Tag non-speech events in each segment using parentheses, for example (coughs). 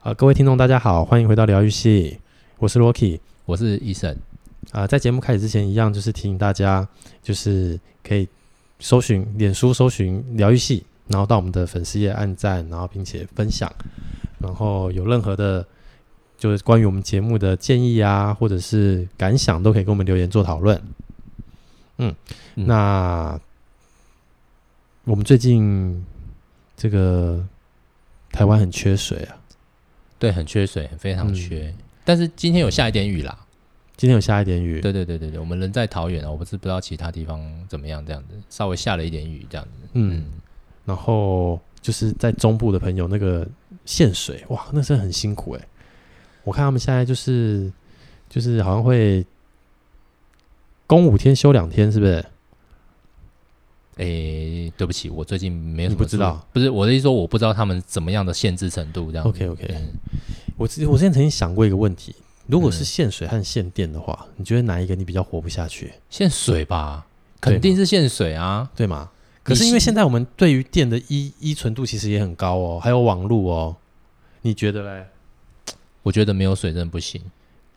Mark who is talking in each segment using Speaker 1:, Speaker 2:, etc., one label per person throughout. Speaker 1: 啊、各位听众大家好，欢迎回到疗愈系，我是 Rocky。
Speaker 2: 我是医生，
Speaker 1: 啊、在节目开始之前，一样就是提醒大家，就是可以搜寻脸书搜寻疗愈系，然后到我们的粉丝页按赞，然后并且分享，然后有任何的，就是关于我们节目的建议啊，或者是感想，都可以跟我们留言做讨论。嗯，
Speaker 2: 嗯
Speaker 1: 那我们最近这个台湾很缺水啊，
Speaker 2: 对，很缺水，很非常
Speaker 1: 嗯
Speaker 2: 缺。但是今天有下一点雨啦。
Speaker 1: 今天有下一点雨，
Speaker 2: 对对对对对，我们人在桃园啊，我不是不知道其他地方怎么样，这样子稍微下了一点雨，这样子。
Speaker 1: 嗯，然后就是在中部的朋友那个限水，哇，那真的很辛苦哎、我看他们现在就是就是好像会公五天休两天，是不是？
Speaker 2: 诶，对不起，我最近没有
Speaker 1: 你
Speaker 2: 什么
Speaker 1: 不知
Speaker 2: 注
Speaker 1: 道，
Speaker 2: 不是我的意思说我不知道他们怎么样的限制程度这样子。
Speaker 1: OK，OK
Speaker 2: 嗯
Speaker 1: 我之我之前曾经想过一个问题，如果是
Speaker 2: 嗯
Speaker 1: 限水和限电的话，你觉得哪一个你比较活不下去？
Speaker 2: 限水吧，
Speaker 1: 对
Speaker 2: 肯定是限水啊。
Speaker 1: 对吗？可是
Speaker 2: 你
Speaker 1: 因为
Speaker 2: 是
Speaker 1: 现在我们对于电的依依存度其实也很高哦，还有网络哦，你觉得嘞？
Speaker 2: 我觉得没有水真的不行，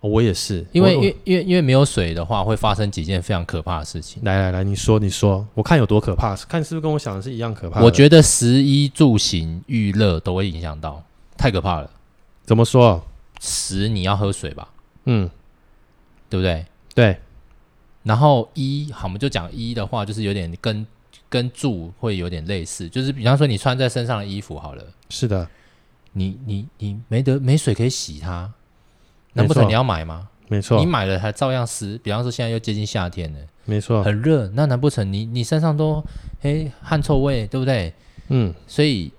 Speaker 1: 哦我也是，
Speaker 2: 因为因
Speaker 1: 我
Speaker 2: 为因为因为没有水的话，会发生几件非常可怕的事情。
Speaker 1: 来来来，你说你说，我看有多可怕，看是不是跟我想的是一样可怕的？
Speaker 2: 我觉得食衣住行、娱乐都会影响到，太可怕了。
Speaker 1: 怎么说？
Speaker 2: 食你要喝水吧，
Speaker 1: 嗯，
Speaker 2: 对不对？
Speaker 1: 对，
Speaker 2: 然后衣，好，我们就讲衣的话，就是有点跟跟住会有点类似，就是比方说你穿在身上的衣服好了，
Speaker 1: 是的，
Speaker 2: 你你你没得没水可以洗它，
Speaker 1: 没错
Speaker 2: 难不成你要买吗？
Speaker 1: 没错
Speaker 2: 你，买了还照样湿，比方说现在又接近夏天了，
Speaker 1: 没错，
Speaker 2: 很热，那难不成你你身上都嘿汗臭味，对不对？
Speaker 1: 嗯，
Speaker 2: 所以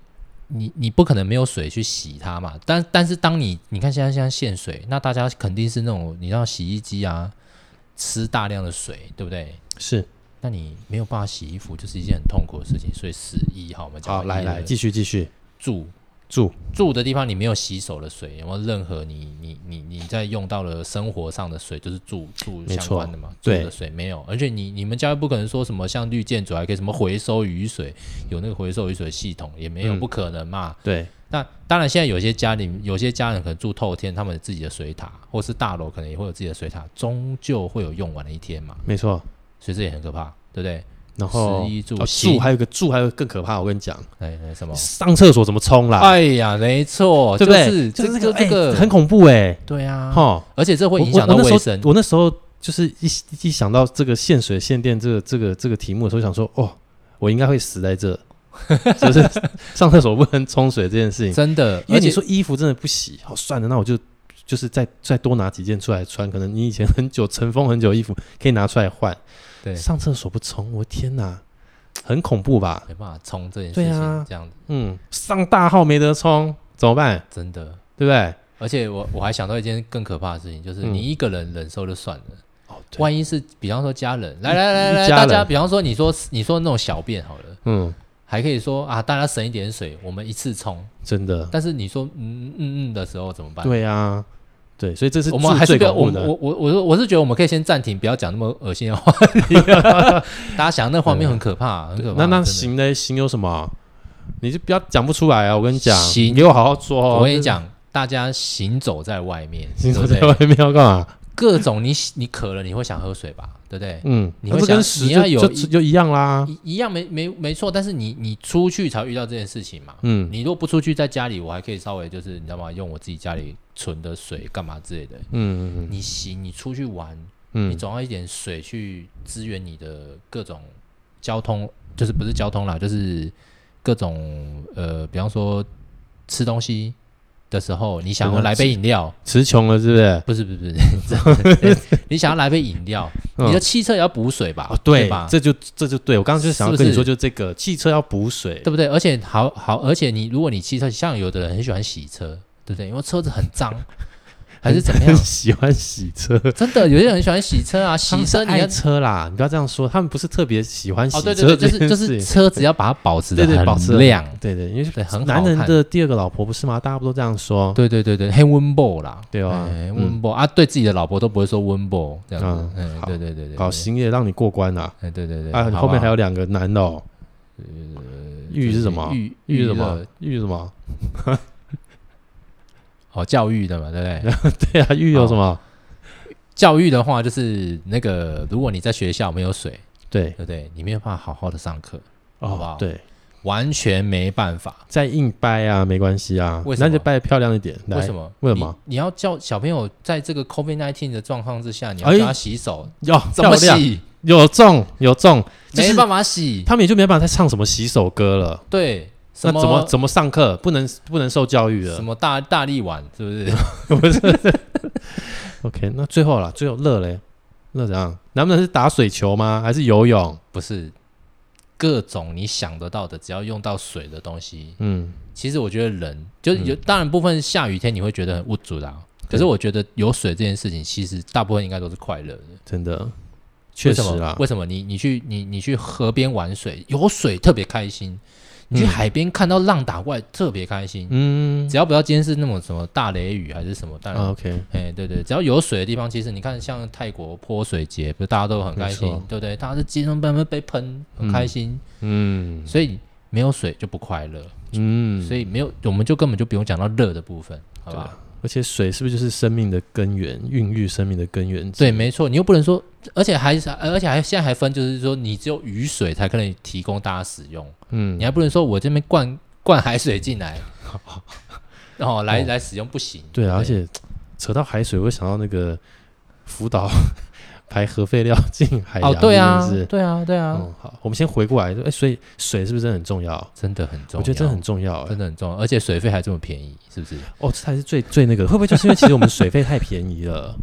Speaker 2: 你你不可能没有水去洗它嘛。但但是当你你看现在现在限水，那大家肯定是那种你知道洗衣机啊，吃大量的水，对不对？
Speaker 1: 是。
Speaker 2: 那你没有办法洗衣服，就是一件很痛苦的事情。所以十一哈，我们讲
Speaker 1: 好，
Speaker 2: 完
Speaker 1: 来
Speaker 2: 衣了
Speaker 1: 来，继续继续
Speaker 2: 住
Speaker 1: 住，
Speaker 2: 住的地方，你没有洗手的水，有没有任何你你你你在用到了生活上的水，就是住住
Speaker 1: 没
Speaker 2: 相
Speaker 1: 错
Speaker 2: 关的嘛？住
Speaker 1: 对
Speaker 2: 的水没有，而且你你们家又不可能说什么像绿建筑还可以什么回收雨水，有那个回收雨水系统也没有，
Speaker 1: 嗯
Speaker 2: 不可能嘛。
Speaker 1: 对，
Speaker 2: 那当然，现在有些家里有些家人可能住透天，他们有自己的水塔，或是大楼可能也会有自己的水塔，终究会有用完的一天嘛，
Speaker 1: 没错。
Speaker 2: 所以这也很可怕，对不对？
Speaker 1: 然后
Speaker 2: 食衣住
Speaker 1: 哦
Speaker 2: 行
Speaker 1: 住还有一个住，还有一个更可怕，我跟你讲，
Speaker 2: 哎，那什么？
Speaker 1: 上厕所怎么冲啦？
Speaker 2: 哎呀，没错，
Speaker 1: 啊对不对？
Speaker 2: 就是
Speaker 1: 这
Speaker 2: 这
Speaker 1: 哎
Speaker 2: 个
Speaker 1: 很恐怖哎，
Speaker 2: 对啊，
Speaker 1: 哈，
Speaker 2: 而且这会
Speaker 1: 我
Speaker 2: 影响
Speaker 1: 我
Speaker 2: 到
Speaker 1: 我那
Speaker 2: 卫
Speaker 1: 时候
Speaker 2: 生。
Speaker 1: 我那时候就是一一想到这个限水限电这个这个这个题目的时候，想说哦，我应该会死在这， (laughs) 就是 (laughs) 上厕所不能冲水这件事情。
Speaker 2: 真的，
Speaker 1: 因为
Speaker 2: 而
Speaker 1: 你
Speaker 2: 且
Speaker 1: 说衣服真的不洗，好算了，那我就就是再再多拿几件出来穿，可能你以前很久尘封很久的衣服可以拿出来换。
Speaker 2: 对
Speaker 1: 上厕所不冲，我天哪，很恐怖吧？
Speaker 2: 没办法冲这件事
Speaker 1: 对
Speaker 2: 情，
Speaker 1: 啊
Speaker 2: 这样子
Speaker 1: 嗯，上大号没得冲，怎么办？
Speaker 2: 真的。
Speaker 1: 对不对？
Speaker 2: 而且我我还想到一件更可怕的事情，就是
Speaker 1: 嗯
Speaker 2: 你一个人忍受就算了，
Speaker 1: 哦，对，
Speaker 2: 万一是比方说家人，来来来
Speaker 1: 一
Speaker 2: 来，
Speaker 1: 家
Speaker 2: 大
Speaker 1: 人
Speaker 2: 家比方说你说你说那种小便好了。
Speaker 1: 嗯，
Speaker 2: 还可以说啊，大家省一点水，我们一次冲。
Speaker 1: 真的，
Speaker 2: 但是你说嗯嗯嗯的时候怎么办？，
Speaker 1: 嗯对啊，对，所以这是
Speaker 2: 我们还
Speaker 1: 最
Speaker 2: 是不
Speaker 1: 最
Speaker 2: 要
Speaker 1: 恐
Speaker 2: 我
Speaker 1: 怖
Speaker 2: 我
Speaker 1: 的。
Speaker 2: 我我是我是觉得我们可以先暂停，不要讲那么恶心
Speaker 1: (laughs)
Speaker 2: 的话题。大家想那画面很可怕，很可怕。
Speaker 1: 那那
Speaker 2: 真的，
Speaker 1: 行嘞，行有什么？你就不要讲不出来啊！我跟你讲，
Speaker 2: 行
Speaker 1: 你给我好好说哦。
Speaker 2: 我跟你，讲，大家行走在外面，
Speaker 1: 行走
Speaker 2: 对
Speaker 1: 在
Speaker 2: 不
Speaker 1: 外
Speaker 2: 对
Speaker 1: 面要干嘛？
Speaker 2: 各种你你渴了，你会想喝水吧？对不对？
Speaker 1: 嗯，
Speaker 2: 你
Speaker 1: 那
Speaker 2: 会
Speaker 1: 这跟
Speaker 2: 想
Speaker 1: 屎
Speaker 2: 你要
Speaker 1: 就
Speaker 2: 有
Speaker 1: 就
Speaker 2: 一
Speaker 1: 就一样啦。
Speaker 2: 一一样没没没错，但是你你出去才会遇到这件事情嘛。
Speaker 1: 嗯
Speaker 2: 你如果不出去，在家里，我还可以稍微就是你知道吗？用我自己家里存的水干嘛之类的。
Speaker 1: 嗯嗯
Speaker 2: 你行，你出去玩，
Speaker 1: 嗯
Speaker 2: 你总要一点水去支援你的各种交通，就是不是交通啦，就是各种呃，比方说吃东西的时候，你想要来杯饮料，
Speaker 1: 词穷了是不是？
Speaker 2: 不是不是不是这样子， (laughs) 你想要来杯饮
Speaker 1: (laughs)
Speaker 2: 料，你的汽车也要补水吧？
Speaker 1: 嗯哦，对
Speaker 2: 吧，？
Speaker 1: 这就这就对我刚刚就是想要
Speaker 2: 是不
Speaker 1: 跟
Speaker 2: 是
Speaker 1: 你说，就这个汽车要补水，
Speaker 2: 对不对？而且好好，而且你如果你汽车，像有的人很喜欢洗车，对不对？因为车子很
Speaker 1: (laughs)
Speaker 2: 脏，还是怎么样？
Speaker 1: 喜欢洗
Speaker 2: (laughs)
Speaker 1: 车，
Speaker 2: 真的，有些人很喜欢洗车啊，洗车
Speaker 1: 他们
Speaker 2: 你
Speaker 1: 是
Speaker 2: 要
Speaker 1: 爱车啦，你不要这样说，他们不是特别喜欢洗
Speaker 2: 哦，对
Speaker 1: 车
Speaker 2: 对对，就
Speaker 1: 这
Speaker 2: 是
Speaker 1: 件
Speaker 2: 就
Speaker 1: 事
Speaker 2: 是
Speaker 1: 情，
Speaker 2: 车子要把它保持的
Speaker 1: 对对保持得
Speaker 2: 很亮，
Speaker 1: 对对，因为
Speaker 2: 对，很好
Speaker 1: 男人
Speaker 2: 看
Speaker 1: 的第二个老婆不是吗？大家不都这样说？
Speaker 2: 对对对对，黑温布啦，
Speaker 1: 对啊
Speaker 2: 哎
Speaker 1: 嗯
Speaker 2: 温布啊，对自己的老婆都不会说温布这样子
Speaker 1: 嗯，
Speaker 2: 嗯
Speaker 1: 好，
Speaker 2: 对对对对，
Speaker 1: 搞
Speaker 2: 对，
Speaker 1: 兴业让你过关啊！
Speaker 2: 哎对对对，
Speaker 1: 啊，
Speaker 2: 好
Speaker 1: 后面还
Speaker 2: 好
Speaker 1: 有两个男的哦，玉是什么？
Speaker 2: 玉
Speaker 1: 玉
Speaker 2: 玉
Speaker 1: 是什
Speaker 2: 乐
Speaker 1: 么？玉是什么？
Speaker 2: 哦，教育的嘛，对不对？
Speaker 1: (laughs)
Speaker 2: (laughs)
Speaker 1: 对啊，育有什么？
Speaker 2: 教育的话，就是那个，如果你在学校没有水，
Speaker 1: 对
Speaker 2: 对不对？你没有办法好好的上课，好不
Speaker 1: 哦
Speaker 2: 好，
Speaker 1: 对，
Speaker 2: 完全没办法。
Speaker 1: 再硬掰啊，没关系啊，
Speaker 2: 为什
Speaker 1: 那
Speaker 2: 么
Speaker 1: 就掰得漂亮一点。
Speaker 2: 为什
Speaker 1: 么？
Speaker 2: 么？
Speaker 1: 为什么
Speaker 2: 你？你要教小朋友在这个 COVID nineteen 的状况之下，你要
Speaker 1: 哎
Speaker 2: 教他洗手，
Speaker 1: 哟，
Speaker 2: 怎
Speaker 1: 漂
Speaker 2: 么
Speaker 1: 亮，
Speaker 2: 洗？
Speaker 1: 有中有中，就是
Speaker 2: 没办法洗。
Speaker 1: 他们也就没办法再唱什么洗手歌了。
Speaker 2: 对，
Speaker 1: 那
Speaker 2: 什
Speaker 1: 怎么怎么上课？不能不能受教育
Speaker 2: 什
Speaker 1: 了，
Speaker 2: 么大大力丸，是不是？
Speaker 1: 不是 (laughs) ？OK，那最后啦，最后乐嘞，乐怎样？难不能是打水球吗？还是游泳？
Speaker 2: 不是，各种你想得到的，只要用到水的东西，
Speaker 1: 嗯，
Speaker 2: 其实我觉得人就是有，当然部分下雨天你会觉得很无助啦。可是我觉得有水这件事情，其实大部分应该都是快乐的。
Speaker 1: 真的，确实啊
Speaker 2: 为什么
Speaker 1: 啦。
Speaker 2: 为什么你你去你你去河边玩水，有水特别开心；你去海边看到浪打过来特别开心。
Speaker 1: 嗯
Speaker 2: 只要不要今天是那种什么大雷雨还是什么大雷雨，
Speaker 1: 啊，OK，
Speaker 2: 哎、对对，只要有水的地方，其实你看像泰国泼水节，不是大家都很开心
Speaker 1: 没错，
Speaker 2: 对不对？大家在街上慢慢被喷，很开心，
Speaker 1: 嗯
Speaker 2: 所以没有水就不快乐，
Speaker 1: 嗯，
Speaker 2: 所以没有我们就根本就不用讲到热的部分，好
Speaker 1: 对
Speaker 2: 吧
Speaker 1: 啊？而且水是不是就是生命的根源，孕育生命的根源？
Speaker 2: 对，，没错，你又不能说，而且还是，而且还现在还分，就是说你只有雨水才可以提供大家使用，
Speaker 1: 嗯
Speaker 2: 你，还不能说我这边灌灌海水
Speaker 1: (laughs)
Speaker 2: 进来，哦，来
Speaker 1: 哦
Speaker 2: 来使用不行。
Speaker 1: 对啊，
Speaker 2: 不
Speaker 1: 而且扯到海水，我会想到那个福岛 (laughs) 排核废料进海洋，
Speaker 2: 哦，对啊
Speaker 1: 是不，是？
Speaker 2: 对啊，对啊，
Speaker 1: 嗯，好，我们先回过来，哎，所以水是不是真的很重要？
Speaker 2: 真的很重要，
Speaker 1: 我觉得真的很重要，哎
Speaker 2: 真，的很重要，而且水费还这么便宜，是不是？
Speaker 1: 哦，这才是最最那
Speaker 2: (laughs)
Speaker 1: 个，会不会就是因为其实我们水费太便宜了，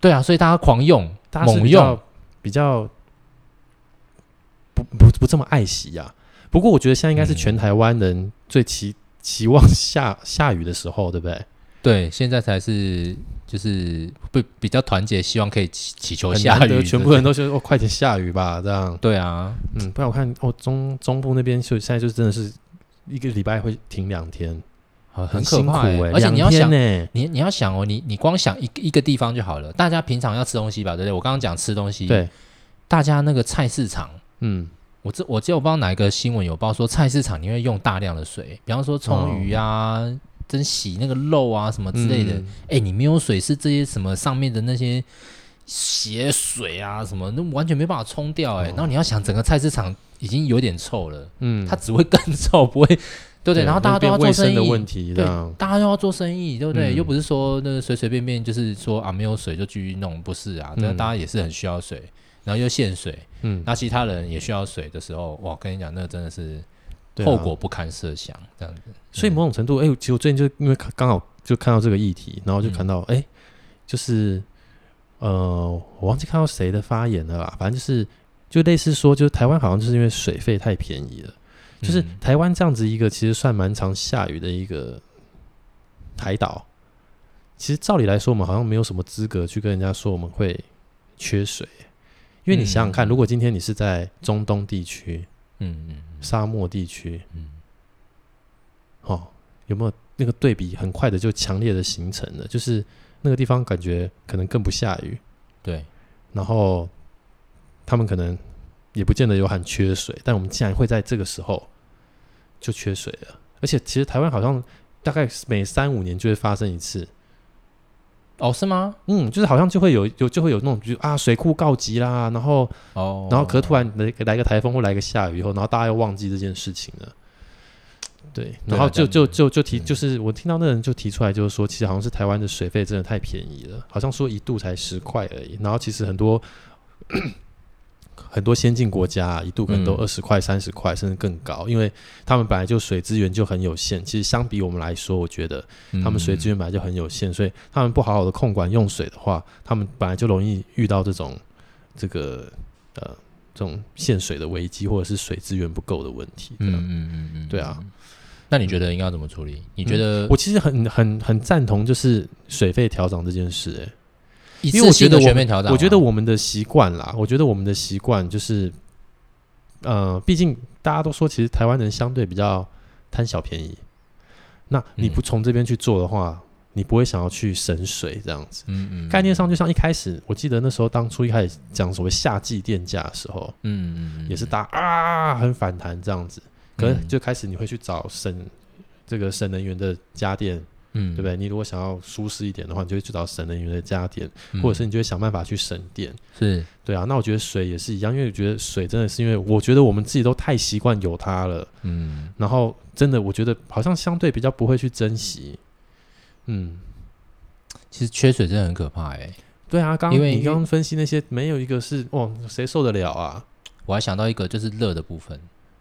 Speaker 2: 对啊，所以大家狂用、
Speaker 1: 大家是
Speaker 2: 猛
Speaker 1: 比较
Speaker 2: 用，
Speaker 1: 比较不不不这么爱惜呀、不过我觉得现在应该是全台湾人最期、期望下下雨的时候，对不对？
Speaker 2: 对，现在才是就是不比较团结，希望可以祈祈求
Speaker 1: 很
Speaker 2: 下
Speaker 1: 难
Speaker 2: 雨
Speaker 1: 得，
Speaker 2: 对
Speaker 1: 全
Speaker 2: 不
Speaker 1: 部人
Speaker 2: 对
Speaker 1: 都说哦，快点下雨吧，这样。
Speaker 2: (laughs) 对啊，
Speaker 1: 嗯，不然我看哦，中中部那边就现在就真的是一个礼拜会停两天，
Speaker 2: 很很可
Speaker 1: 辛苦
Speaker 2: 怕欸，
Speaker 1: 欸
Speaker 2: 而且你要
Speaker 1: 两天
Speaker 2: 想。
Speaker 1: 呢，
Speaker 2: 你你要想哦，你你光想一个一个地方就好了。大家平常要吃东西吧，对不对？我刚刚讲吃东西，，
Speaker 1: 对，
Speaker 2: 大家那个菜市场，
Speaker 1: 嗯，
Speaker 2: 我这我记得我不知道哪一个新闻有报说菜市场你会用大量的水，比方说冲
Speaker 1: 哦
Speaker 2: 鱼啊、蒸洗那个肉啊什么之类的。
Speaker 1: 嗯
Speaker 2: 哎、你没有水是这些什么上面的那些血水啊什么，那完全没办法冲掉哎、
Speaker 1: 哦
Speaker 2: 然后你要想整个菜市场已经有点臭了，
Speaker 1: 嗯，
Speaker 2: 它只会更臭，不会 (laughs) 对不对？然后大家都要
Speaker 1: 变
Speaker 2: 做
Speaker 1: 卫生
Speaker 2: 生
Speaker 1: 的
Speaker 2: 意，
Speaker 1: 问题，这
Speaker 2: 对
Speaker 1: 样，
Speaker 2: 大家又要做生意，对不对？
Speaker 1: 嗯
Speaker 2: 又不是说那个随随便便就是说啊没有水就继续弄，不是啊？那、
Speaker 1: 嗯
Speaker 2: 大家也是很需要水，然后又限水，
Speaker 1: 嗯，
Speaker 2: 那其他人也需要水的时候，哇，跟你讲，那个真的是
Speaker 1: 对啊
Speaker 2: 后果不堪设想，这样子。
Speaker 1: 所以某种程度，哎、其实我最近就因为看刚好就看到这个议题，然后
Speaker 2: 嗯
Speaker 1: 就看到，哎、就是呃，我忘记看到谁的发言了啦，反正就是就类似说，就是台湾好像就是因为水费太便宜了，就是
Speaker 2: 嗯
Speaker 1: 台湾这样子一个其实算蛮常下雨的一个海岛，其实照理来说，我们好像没有什么资格去跟人家说我们会缺水，因为你想想看，
Speaker 2: 嗯
Speaker 1: 如果今天你是在中东地区，
Speaker 2: 嗯嗯
Speaker 1: 沙漠地区，
Speaker 2: 嗯
Speaker 1: 哦，有没有那个对比很快的就强烈的形成了？就是那个地方感觉可能更不下雨，
Speaker 2: 对，
Speaker 1: 然后他们可能也不见得有很缺水，但我们竟然会在这个时候就缺水了。而且其实台湾好像大概每三五年就会发生一次，
Speaker 2: 哦，是吗？
Speaker 1: 嗯，就是好像就会有有就会有那种就啊水库告急啦，然后
Speaker 2: 哦，
Speaker 1: 然后可是突然来个来个台风或来个下雨以后，然后大家又忘记这件事情了。对，然后
Speaker 2: 这
Speaker 1: 就
Speaker 2: 样
Speaker 1: 就就就提，
Speaker 2: 嗯
Speaker 1: 就是我听到那人就提出来，就是说，其实好像是台湾的水费真的太便宜了，好像说一度才十块而已。然后其实很多很多先进国家、啊、一度可能都
Speaker 2: 嗯
Speaker 1: 二十块、三十块，甚至更高，因为他们本来就水资源就很有限。其实相比我们来说，我觉得
Speaker 2: 嗯
Speaker 1: 他们水资
Speaker 2: 源
Speaker 1: 源本来就很有限，所以他们不好好的控管用水的话，他们本来就容易遇到这种这个呃这种限水的危机，或者是水资源不够的问题。
Speaker 2: 嗯
Speaker 1: 嗯，
Speaker 2: 嗯嗯嗯，
Speaker 1: 对啊嗯
Speaker 2: 嗯。那你觉得应该要怎么处理？你觉得
Speaker 1: 我其实很很很赞同就是水费调涨这件事、欸，
Speaker 2: 一
Speaker 1: 因为我
Speaker 2: 次
Speaker 1: 觉
Speaker 2: 性
Speaker 1: 得
Speaker 2: 的
Speaker 1: 我
Speaker 2: 全面调
Speaker 1: 哎，
Speaker 2: 整，
Speaker 1: 我觉得我们的习惯啦，我觉得我们的习惯就是，呃，毕竟大家都说，其实台湾人相对比较贪小便宜。那你不从这边去做的话，你不会想要去省水这样子。
Speaker 2: 嗯嗯
Speaker 1: 概念上，就像一开始，我记得那时候当初一开始讲所谓夏季电价的时候，
Speaker 2: 嗯嗯嗯，
Speaker 1: 也是大家啊很反弹这样子，可是
Speaker 2: 嗯
Speaker 1: 就开始你会去找省这个省能源的家电，
Speaker 2: 嗯，
Speaker 1: 对不对？你如果想要舒适一点的话，你就会去找省能源的家电，
Speaker 2: 嗯？
Speaker 1: 或者是你就会想办法去省电。
Speaker 2: 是
Speaker 1: 对啊，那我觉得水也是一样，因为我觉得水真的是因为我觉得我们自己都太习惯有它了，
Speaker 2: 嗯，
Speaker 1: 然后真的我觉得好像相对比较不会去珍惜。嗯，
Speaker 2: 其实缺水真的很可怕哎、
Speaker 1: 对啊，刚
Speaker 2: 因
Speaker 1: 刚
Speaker 2: 为
Speaker 1: 你刚刚分析那些，没有一个是哦，谁受得了啊？
Speaker 2: 我还想到一个就是热的部分，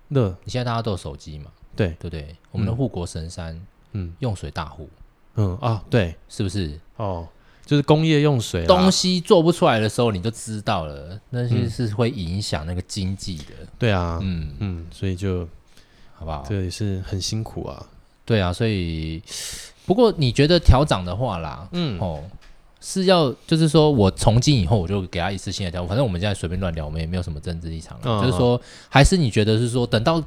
Speaker 1: 那
Speaker 2: 你现在大家都有手机嘛，
Speaker 1: 对，
Speaker 2: 对不对？我们的
Speaker 1: 嗯
Speaker 2: 护国神山
Speaker 1: 嗯
Speaker 2: 用水大户，
Speaker 1: 嗯啊，对
Speaker 2: 是不是？
Speaker 1: 哦，就是工业用水啦
Speaker 2: 东西做不出来的时候，你就知道了，那些
Speaker 1: 嗯
Speaker 2: 是会影响那个经济的。
Speaker 1: 对啊，
Speaker 2: 嗯，
Speaker 1: 嗯，所以就
Speaker 2: 好不好？
Speaker 1: 这也是很辛苦啊。
Speaker 2: 对啊，所以不过你觉得调涨的话啦，
Speaker 1: 嗯
Speaker 2: 哦，是要就是说我从今以后我就给他一次性的调整，反正我们现在随便乱聊，我们也没有什么政治立场啦
Speaker 1: 嗯
Speaker 2: 就是说还是你觉得是说等到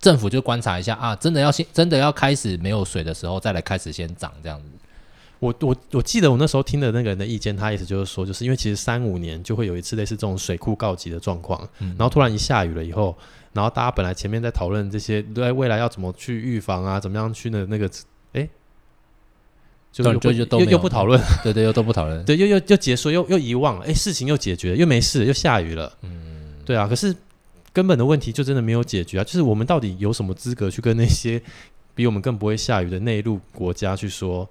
Speaker 2: 政府就观察一下啊，真的要先真的要开始没有水的时候再来开始先涨这样子，
Speaker 1: 我我我记得我那时候听的那个人的意见，他意思就是说，就是因为其实三五年就会有一次类似这种水库告急的状况，
Speaker 2: 嗯
Speaker 1: 然后突然一下雨了以后，然后大家本来前面在讨论这些对未来要怎么去预防啊，怎么样去的那个，哎，就
Speaker 2: 对
Speaker 1: 又不
Speaker 2: 就就都
Speaker 1: 又
Speaker 2: 没
Speaker 1: 又
Speaker 2: 有
Speaker 1: 不讨论，
Speaker 2: 对对，又都不讨论，
Speaker 1: 对，又又又结束，又又遗忘了，哎，事情又解决，又没事，又下雨了，嗯，对啊，可是根本的问题就真的没有解决啊，就是我们到底有什么资格去跟那些比我们更不会下雨的内陆国家去说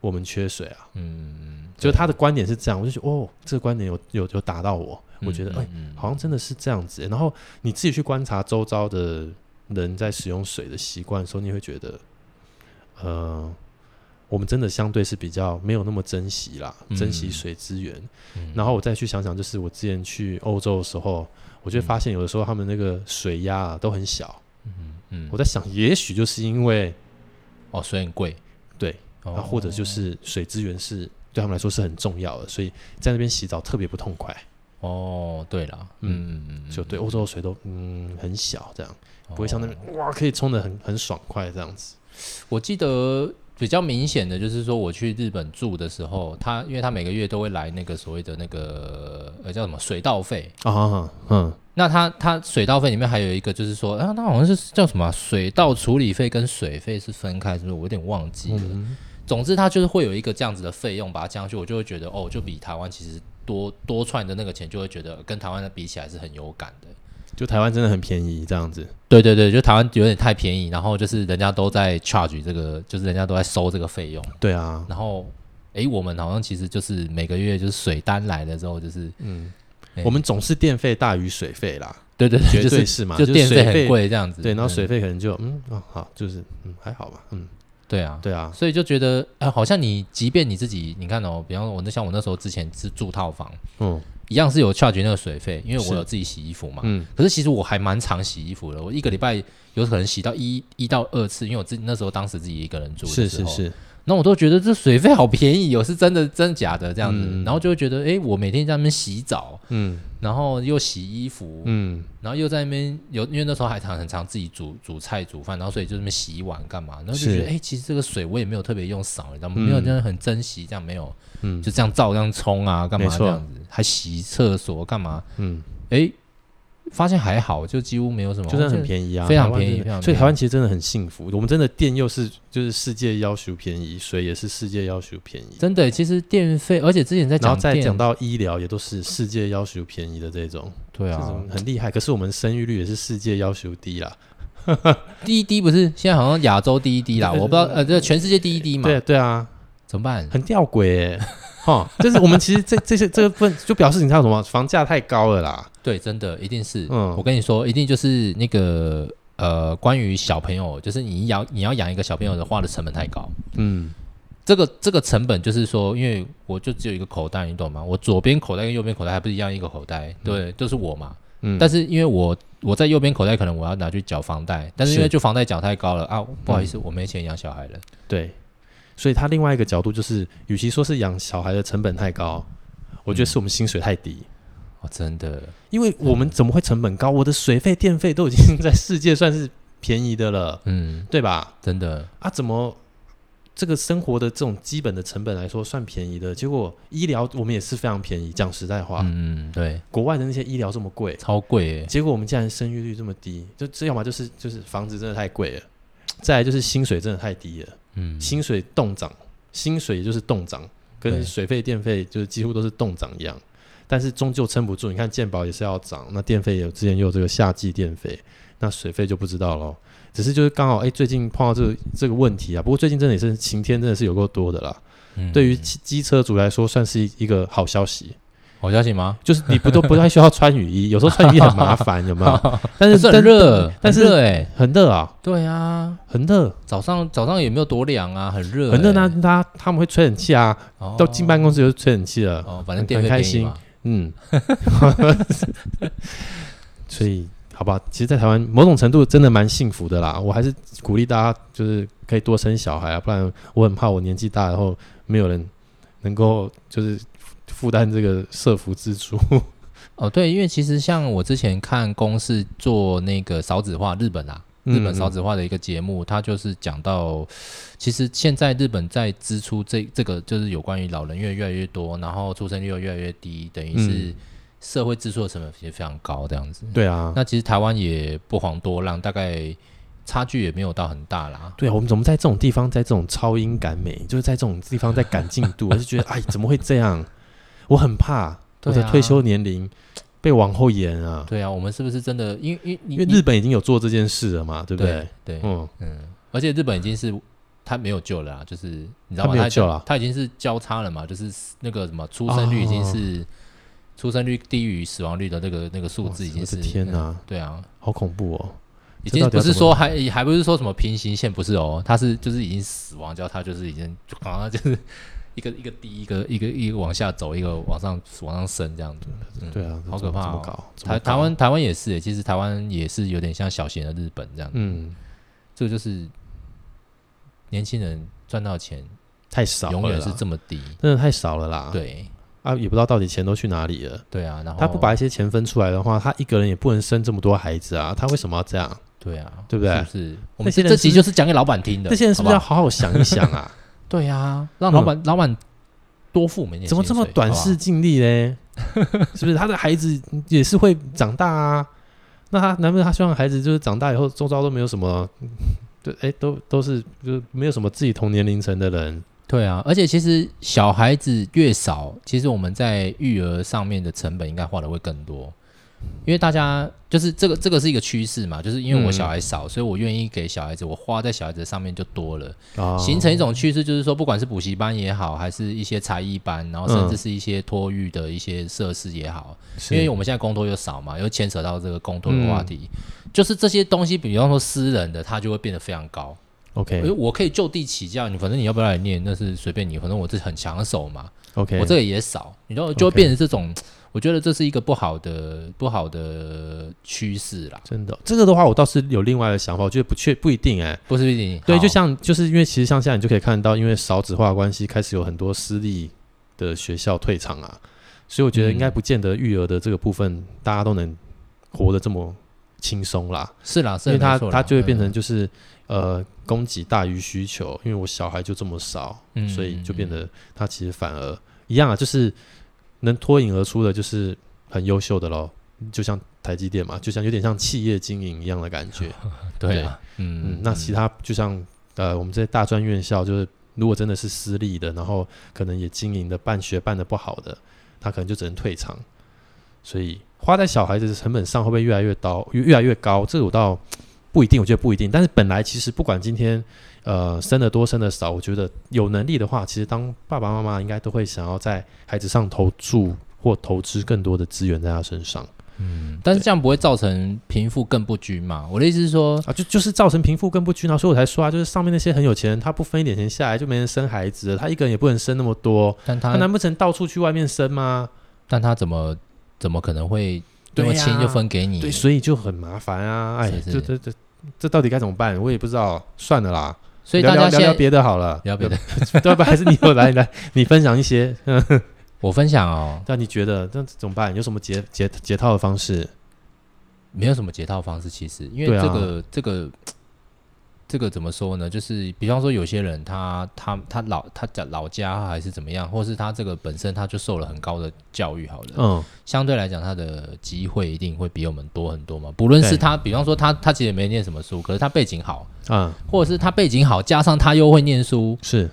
Speaker 1: 我们缺水啊？
Speaker 2: 嗯，
Speaker 1: 就是他的观点是这样，我就觉得哦，这个观点有有有打到我，
Speaker 2: 嗯
Speaker 1: 我觉得哎、
Speaker 2: 嗯嗯
Speaker 1: 好像真的是这样子欸、然后你自己去观察周遭的人在使用水的习惯的时候，你会觉得，呃，我们真的相对是比较没有那么珍惜啦，
Speaker 2: 嗯
Speaker 1: 珍惜水资源。
Speaker 2: 嗯
Speaker 1: 然后我再去想想，就是我之前去欧洲的时候，我就会发现有的时候他们那个水压、啊、都很小。
Speaker 2: 嗯
Speaker 1: 我在想，也许就是因为
Speaker 2: 哦，水很贵，
Speaker 1: 对，
Speaker 2: 哦
Speaker 1: 啊，或者就是水资源是对他们来说是很重要的，所以在那边洗澡特别不痛快。
Speaker 2: 哦，对啦，嗯
Speaker 1: 嗯
Speaker 2: 嗯嗯，
Speaker 1: 就对欧洲的水都嗯很小，这样
Speaker 2: 哦
Speaker 1: 不会像那边哇可以冲的很很爽快这样子。
Speaker 2: 我记得比较明显的就是说，我去日本住的时候，他因为他每个月都会来那个所谓的那个呃叫什么水道费。
Speaker 1: 啊，嗯，
Speaker 2: 那他他水道费里面还有一个就是说，啊，那好像是叫什么啊、水道处理费跟水费是分开，是不是？我有点忘记了。
Speaker 1: 嗯
Speaker 2: 总之，它就是会有一个这样子的费用把它加上去，我就会觉得哦，就比台湾其实多多出来的那个钱，就会觉得跟台湾的比起来是很有感的。
Speaker 1: 就台湾真的很便宜这样子。
Speaker 2: 对对对，就台湾有点太便宜，然后就是人家都在 charge 这个，就是人家都在收这个费用。
Speaker 1: 对啊，
Speaker 2: 然后，诶，我们好像其实就是每个月就是水单来了之后，就是
Speaker 1: 嗯
Speaker 2: 哎，
Speaker 1: 我们总是电费大于水费啦，
Speaker 2: 对对对，
Speaker 1: 绝
Speaker 2: 就是
Speaker 1: 对是嘛，
Speaker 2: 就电
Speaker 1: 水
Speaker 2: 费很贵这样子。
Speaker 1: 对，然后水
Speaker 2: 嗯
Speaker 1: 费可能就嗯啊好，就是嗯还好吧，嗯
Speaker 2: 对啊，
Speaker 1: 对啊，
Speaker 2: 所以就觉得哎、好像你即便你自己，你看哦，比方说我那像我那时候之前是住套房，
Speaker 1: 嗯
Speaker 2: 一样是有 charge 那个水费，因为我
Speaker 1: 是
Speaker 2: 有自己洗衣服嘛。
Speaker 1: 嗯
Speaker 2: 可是其实我还蛮常洗衣服的，我一个礼拜有可能洗到一一到二次，因为我自己那时候当时自己一个人住的
Speaker 1: 是
Speaker 2: 时
Speaker 1: 是
Speaker 2: 候，
Speaker 1: 是，
Speaker 2: 那我都觉得这水费好便宜哦，是真的真的假的这样子，
Speaker 1: 嗯
Speaker 2: 然后就会觉得哎、我每天在那边洗澡，
Speaker 1: 嗯
Speaker 2: 然后又洗衣服，
Speaker 1: 嗯
Speaker 2: 然后又在那边有，因为那时候还常很常自己煮煮菜煮饭，然后所以就那边洗碗干嘛，然后就觉得
Speaker 1: 是
Speaker 2: 哎、其实这个水我也没有特别用少，你知道吗？
Speaker 1: 嗯
Speaker 2: 没有真的很珍惜，这样没有
Speaker 1: 嗯
Speaker 2: 就这样照这样冲啊，干
Speaker 1: 没
Speaker 2: 嘛
Speaker 1: 错
Speaker 2: 这样子，还洗厕所干嘛？
Speaker 1: 嗯，
Speaker 2: 哎、发现还好，就几乎没有什么，
Speaker 1: 就真的很
Speaker 2: 宜。
Speaker 1: 便宜啊，
Speaker 2: 哦非常
Speaker 1: 台湾
Speaker 2: 便宜
Speaker 1: 真的
Speaker 2: 非常
Speaker 1: 所以
Speaker 2: 便宜
Speaker 1: 台湾其实真的很幸福，我们真的电又是就是世界要求便宜，水也是世界要求便宜。
Speaker 2: 真的，其实电费，而且之前在
Speaker 1: 然
Speaker 2: 讲
Speaker 1: 后再
Speaker 2: 电
Speaker 1: 讲到医疗，也都是世界要求便宜的这种，
Speaker 2: 对
Speaker 1: 这
Speaker 2: 啊
Speaker 1: 种，很厉害。可是我们生育率也是世界要求低啦。
Speaker 2: 第一滴不是现在好像亚洲第一滴啦，
Speaker 1: 对对对
Speaker 2: 我不知道，呃，这全世界第一滴嘛，
Speaker 1: 对对啊，
Speaker 2: 怎么办？
Speaker 1: 很吊诡欸哈，就是我们其实这这些这个份就表示你知道什么，房价太高了啦。
Speaker 2: 对，真的一定是。
Speaker 1: 嗯
Speaker 2: 我跟你说，一定就是那个呃，关于小朋友，就是你养你要养一个小朋友的话的成本太高。
Speaker 1: 嗯，
Speaker 2: 这个这个成本就是说，因为我就只有一个口袋，你懂吗？我左边口袋跟右边口袋还不是一样一个口袋，对，就是我嘛。
Speaker 1: 嗯
Speaker 2: 但是因为我我在右边口袋，可能我要拿去缴房贷，但是因为
Speaker 1: 是嗯
Speaker 2: 就房贷缴太高了啊，不好意思，我没钱养小孩了。
Speaker 1: 对，所以他另外一个角度就是，与其说是养小孩的成本太高，我觉得是我们薪水太低。
Speaker 2: 哦，真的，
Speaker 1: 因为我们怎么会成本高？我的水费、电费都已经 (laughs) 在世界算是便宜的了，
Speaker 2: 嗯，
Speaker 1: 对吧？
Speaker 2: 真的，
Speaker 1: 啊，怎么这个生活的这种基本的成本来说算便宜的？结果医疗我们也是非常便宜，讲实在话，
Speaker 2: 嗯，对，
Speaker 1: 国外的那些医疗这么贵，
Speaker 2: 超贵耶，
Speaker 1: 结果我们竟然生育率这么低，就这要么就是就是房子真的太贵了，再来就是薪水真的太低了，
Speaker 2: 嗯，
Speaker 1: 薪水动涨薪水就是动涨，
Speaker 2: 对
Speaker 1: 跟水费、电费就是几乎都是动涨一样，但是终究撑不住。你看健保也是要涨，那电费有之前也有这个夏季电费，那水费就不知道喽。只是就是刚好哎、最近碰到这个这个问题啊。不过最近真的也是晴天，真的是有够多的啦。
Speaker 2: 嗯
Speaker 1: 对于机机车族来说，算是一一个好消息。
Speaker 2: 好消息吗？
Speaker 1: 就是你不都不太需要穿雨衣，有时候穿雨衣很麻烦，有没
Speaker 2: (laughs)
Speaker 1: 有？但
Speaker 2: 但
Speaker 1: 是
Speaker 2: 是
Speaker 1: 但
Speaker 2: 很热，
Speaker 1: 但
Speaker 2: 很热哎、
Speaker 1: 很热啊，
Speaker 2: 对啊，
Speaker 1: 很热，
Speaker 2: 早上早上也没有多凉啊，很热、
Speaker 1: 很热。那他他们会吹冷气啊，
Speaker 2: 哦
Speaker 1: 到进办公室就吹冷气了。
Speaker 2: 哦，反正
Speaker 1: 很
Speaker 2: 电费
Speaker 1: 很开
Speaker 2: 便宜
Speaker 1: 心
Speaker 2: 嘛。 (laughs)
Speaker 1: 嗯，所以好吧，其实，在台湾某种程度真的蛮幸福的啦。我还是鼓励大家，就是可以多生小孩啊，不然我很怕我年纪大然后没有人能够就是负担这个社福支出。
Speaker 2: 哦，对，因为其实像我之前看公视做那个少子化，日本啊， (laughs) 日本少
Speaker 1: 嗯
Speaker 2: 子化的一个节目，它就是讲到，其实现在日本在支出这这个就是有关于老人越越来越多，然后出生率又越来越低，等于是
Speaker 1: 嗯
Speaker 2: 社会支出的成本也非常高这样子。
Speaker 1: 对啊，
Speaker 2: 那其实台湾也不遑多让，大概差距也没有到很大啦。
Speaker 1: 对啊，我们怎么在这种地方，在这种超音赶美，就是在这种地方在赶进
Speaker 2: (laughs)
Speaker 1: 度，我就觉得哎，怎么会这样？我很怕我
Speaker 2: 对
Speaker 1: 的
Speaker 2: 啊
Speaker 1: 退休年龄被往后延啊，
Speaker 2: 对啊，我们是不是真的？因为因为你
Speaker 1: 因为日本已经有做这件事了嘛，对
Speaker 2: 对
Speaker 1: 不对？
Speaker 2: 对，
Speaker 1: 嗯，
Speaker 2: 嗯，而且日本已经是他没有救了啦，就是你知道吗？
Speaker 1: 他没有啊救了
Speaker 2: 他已经是交叉了嘛，就是那个什么出生率已
Speaker 1: 哦
Speaker 2: 经是、出生率低于死亡率的那个那个数字已经
Speaker 1: 我
Speaker 2: 是
Speaker 1: 的天
Speaker 2: 嗯
Speaker 1: 哪，
Speaker 2: 对啊，
Speaker 1: 好恐怖哦！
Speaker 2: 已
Speaker 1: 这
Speaker 2: 经
Speaker 1: 到底
Speaker 2: 不
Speaker 1: 要
Speaker 2: 是
Speaker 1: 怎么
Speaker 2: 说还还不是说什么平行线，不是哦，他是就是已经死亡交叉，就是已经就好像就是一个一个低一个一个一个往下走，一个往上往上升这样子。嗯
Speaker 1: 对啊，这
Speaker 2: 好
Speaker 1: 怎么
Speaker 2: 可怕
Speaker 1: 怎么
Speaker 2: 哦
Speaker 1: 搞？怎么
Speaker 2: 台
Speaker 1: 搞啊
Speaker 2: 台，湾台湾也是耶，其实台湾也是有点像小型的日本这样子。
Speaker 1: 嗯，
Speaker 2: 这个就是年轻人赚到钱
Speaker 1: 太少了啦，
Speaker 2: 永远是这么低。
Speaker 1: 真的太少了啦。
Speaker 2: 对
Speaker 1: 啊，也不知道到底钱都去哪里了。
Speaker 2: 对啊，然后
Speaker 1: 他不把一些钱分出来的话，他一个人也不能生这么多孩子啊！他为什么要这样？
Speaker 2: 对啊，
Speaker 1: 对不对
Speaker 2: 是不是？我
Speaker 1: 那
Speaker 2: 们
Speaker 1: 些
Speaker 2: 这
Speaker 1: 人是不
Speaker 2: 这集
Speaker 1: 是
Speaker 2: 就是讲给老板听的。
Speaker 1: 那些人是不是要
Speaker 2: 好好
Speaker 1: 好好想一想
Speaker 2: (laughs)
Speaker 1: 啊？
Speaker 2: 对啊，让老板老板多付我们一点
Speaker 1: 怎么这么
Speaker 2: 薪水
Speaker 1: 短视？近利嘞？ (laughs) 是不是他的孩子也是会长大啊？那他难不成他希望孩子就是长大以后周遭都没有什么，对，哎、都都是就是没有什么自己同年龄层的人，
Speaker 2: 好吧对啊，而且其实小孩子越少，其实我们在育儿上面的成本应该花的会更多。因为大家就是这个，这个是一个趋势嘛，就是因为我
Speaker 1: 嗯
Speaker 2: 小孩少，所以我愿意给小孩子，我花在小孩子上面就多了。
Speaker 1: 啊，
Speaker 2: 形成一种趋势，就是说，不管是补习班也好，还是一些才艺班，然后甚至是一些托育的一些设施也好，
Speaker 1: 是
Speaker 2: 因为我们现在公托又少嘛，又牵扯到这个公托的话题，
Speaker 1: 嗯
Speaker 2: 就是这些东西，比方说私人的，它就会变得非常高。因为
Speaker 1: OK
Speaker 2: 我可以就地起价，你反正你要不要来念，那是随便你，反正我这很抢手嘛，
Speaker 1: OK，
Speaker 2: 我这个也少，你知道，就会变成这种，我觉得这是一个不好的不好的趋势啦，
Speaker 1: 真的这个的话，我倒是有另外的想法，我觉得不确不一定哎、
Speaker 2: 不是一定
Speaker 1: 对，
Speaker 2: 好
Speaker 1: 就像就是因为其实像现在你就可以看到，因为少子化的关系，开始有很多私立的学校退场啊，所以我觉得应该不见得育儿的这个部分、大家都能活得这么轻松啦，
Speaker 2: 是啦，是
Speaker 1: 因为
Speaker 2: 没
Speaker 1: 它
Speaker 2: 错啦
Speaker 1: 它就会变成
Speaker 2: 嗯
Speaker 1: 就是、呃供给大于需求，因为我小孩就这么少，
Speaker 2: 嗯
Speaker 1: 所以就变
Speaker 2: 嗯
Speaker 1: 得它其实反而一样啊，就是能脱颖而出的，就是很优秀的咯，就像台积电嘛，就像有点像企业经营一样的感觉。
Speaker 2: 对啊，嗯
Speaker 1: 嗯，那其他就像呃，我们这些大专院校，就是如果真的是私立的，然后可能也经营的办学办的不好的，他可能就只能退场。所以花在小孩子的成本上会不会越来越高？越越来越高？这个我倒不一定，我觉得不一定。但是本来其实不管今天呃生的多生的少，我觉得有能力的话，其实当爸爸妈妈应该都会想要在孩子上投注或投资更多的资源在他身上
Speaker 2: 嗯
Speaker 1: 嗯
Speaker 2: 但是这样不会造成贫富更不均嘛？我的意思是说，
Speaker 1: 啊，就就是造成贫富更不均啊，所以我才说啊，就是上面那些很有钱人，他不分一点钱下来，就没人生孩子了，他一个人也不能生那么多，
Speaker 2: 但
Speaker 1: 他
Speaker 2: 他
Speaker 1: 难不成到处去外面生吗？
Speaker 2: 但他怎么怎么可能会
Speaker 1: 对
Speaker 2: 这么
Speaker 1: 呀
Speaker 2: 轻就分给你？
Speaker 1: 对，所以就很麻烦啊，哎，
Speaker 2: 是
Speaker 1: 这
Speaker 2: 是
Speaker 1: 这这这到底该怎么办？我也不知道，算了啦，
Speaker 2: 所以
Speaker 1: 聊
Speaker 2: 大
Speaker 1: 聊
Speaker 2: 家
Speaker 1: 聊
Speaker 2: 现
Speaker 1: 聊
Speaker 2: 在
Speaker 1: 别的好了，
Speaker 2: 聊别的，
Speaker 1: 对啊吧？还 (laughs) 是你有来来，你分享一些，嗯，
Speaker 2: 我分享哦，
Speaker 1: 那你觉得那怎么办？有什么解解解套的方式？
Speaker 2: 没有什么解套方式，其实因为
Speaker 1: 对啊
Speaker 2: 这个、这个这个怎么说呢？就是比方说有些人他他他老他家老家还是怎么样，或是他这个本身他就受了很高的教育，好了，
Speaker 1: 嗯，
Speaker 2: 相对来讲，他的机会一定会比我们多很多嘛。不论是
Speaker 1: 对
Speaker 2: 他，比方说他他其实也没念什么书，可是他背景好，
Speaker 1: 啊，
Speaker 2: 或者是他背景好，加上他又会念书，
Speaker 1: 是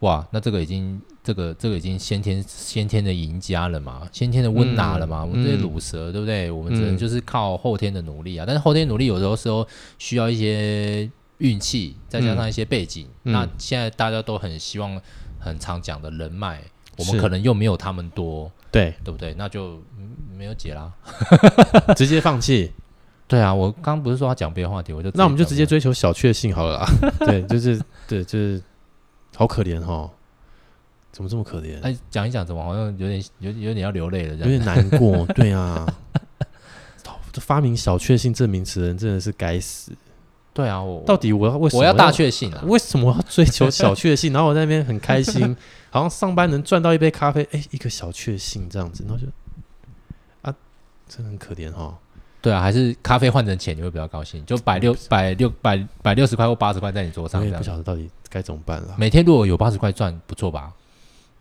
Speaker 2: 哇，那这个已经这个这个已经先天先天的赢家了嘛，先天的温拿了嘛，
Speaker 1: 嗯
Speaker 2: 我们这些
Speaker 1: 嗯
Speaker 2: 乳蛇对不对？我们只能
Speaker 1: 嗯
Speaker 2: 就是靠后天的努力啊，但是后天努力有的时候需要一些运气，再加上一些背景。
Speaker 1: 嗯
Speaker 2: 那现在大家都很希望很常讲的人脉，我们
Speaker 1: 是
Speaker 2: 可能又没有他们多，
Speaker 1: 对，
Speaker 2: 对不对？那就、嗯没有解啦。
Speaker 1: 直接放弃。
Speaker 2: 对啊，我刚不是说要讲别的话题，我就
Speaker 1: 那我们就直接
Speaker 2: 讲
Speaker 1: 追求小确幸好了
Speaker 2: (laughs)
Speaker 1: 啦。对，就是对，就是好可怜哦，怎么这么可怜
Speaker 2: 别？的哎，讲一讲怎么好像有点有有点要流泪了这
Speaker 1: 有
Speaker 2: 样。
Speaker 1: 点难过。对啊，操这发明“小确幸”这名词的人真的是该死。
Speaker 2: 对啊，我
Speaker 1: 到底我要为什么
Speaker 2: 我要大确幸啊！
Speaker 1: 为什么要追求
Speaker 2: (laughs)
Speaker 1: 小确幸？然后我在那边很开心，好像上班能赚到一杯咖啡，哎、一个小确幸这样子，然后就啊，真的很可怜哦。
Speaker 2: 对啊，还是咖啡换成钱你会比较高兴，就百六百六百百六十块或八十块在你桌
Speaker 1: 我
Speaker 2: 上这
Speaker 1: 也不
Speaker 2: 样。
Speaker 1: 晓得到底该怎么办了，
Speaker 2: 每天如果有八十块赚，不错吧？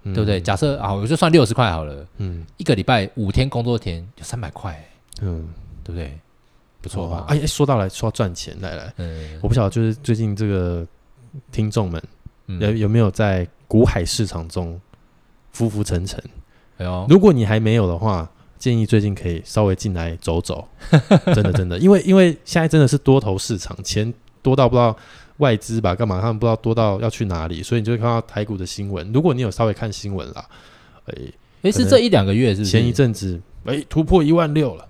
Speaker 1: 嗯
Speaker 2: 对不对？？假设啊，我就算六十块好了，
Speaker 1: 嗯
Speaker 2: 一个礼拜五天工作天就三百块，
Speaker 1: 嗯，
Speaker 2: 对不对？
Speaker 1: 不
Speaker 2: 不错吧？
Speaker 1: 哎、哎说到来说到赚钱，来来，
Speaker 2: 哦嗯
Speaker 1: 我不晓得就是最近这个听众们有
Speaker 2: 嗯，
Speaker 1: 有没有在股海市场中浮浮沉沉？
Speaker 2: 哎呦，
Speaker 1: 如果你还没有的话，建议最近可以稍微进来走走， (laughs) 真的真的，因为因为现在真的是多头市场，钱多到不知道外资吧干嘛，他们不知道多到要去哪里，所以你就会看到台股的新闻。如果你有稍微看新闻啦，诶、
Speaker 2: 哎，是这一两个月是不是？
Speaker 1: 前一阵子诶、突破一万六了，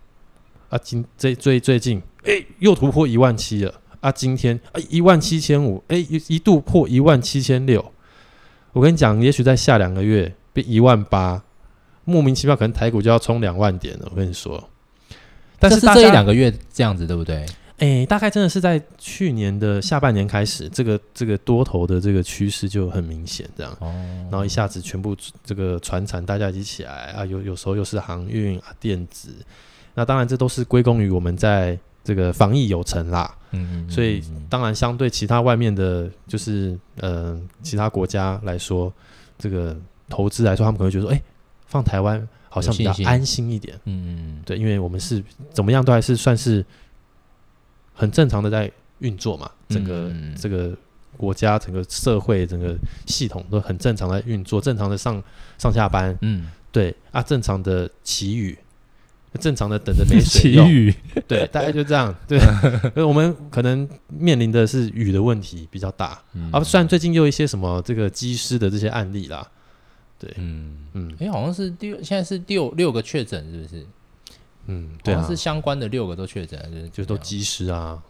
Speaker 1: 啊今最最最近诶、又突破一万七了，啊今天啊一万七千五，诶一一度破一万七千六，我跟你讲，也许在下两个月变一万八，莫名其妙可能台股就要冲两万点了，我跟你说。但
Speaker 2: 这
Speaker 1: 是
Speaker 2: 是
Speaker 1: 大
Speaker 2: 这一
Speaker 1: 家
Speaker 2: 两个月这样子，对不对？
Speaker 1: 诶、大概真的是在去年的下半年开始，这个这个多头的这个趋势就很明显，这样。
Speaker 2: 哦，
Speaker 1: 然后一下子全部这个船产大家一起起来啊，有有时候又是航运啊、电子，那当然这都是归功于我们在这个防疫有成啦。
Speaker 2: 嗯，嗯
Speaker 1: 所以
Speaker 2: 嗯嗯
Speaker 1: 当然相对其他外面的，就是呃其他国家来说，这个投资来说，他们可能会觉得说，哎、放台湾好像比较
Speaker 2: 有信心
Speaker 1: 安心一点，
Speaker 2: 嗯嗯
Speaker 1: 对，因为我们是怎么样都还是算是很正常的在运作嘛，整个、
Speaker 2: 嗯
Speaker 1: 这个国家、整个社会、整个系统都很正常的运作，正常的上上下班，
Speaker 2: 嗯，
Speaker 1: 对啊，正常的祈雨，正常的等着没水
Speaker 2: 奇
Speaker 1: 用，
Speaker 2: 遇
Speaker 1: 对，大概就这样，
Speaker 2: (laughs)
Speaker 1: 对，所以我们可能面临的是雨的问题比较大、
Speaker 2: 嗯
Speaker 1: 啊，虽然最近又有一些什么这个机师的这些案例啦，
Speaker 2: 嗯，
Speaker 1: 嗯
Speaker 2: 哎，好像是六，现在是六六个确诊，是不是？
Speaker 1: 嗯，对
Speaker 2: 好
Speaker 1: 啊
Speaker 2: 像是，相关的六个都确诊，还是
Speaker 1: 就
Speaker 2: 怎
Speaker 1: 都
Speaker 2: 么样
Speaker 1: 机师啊，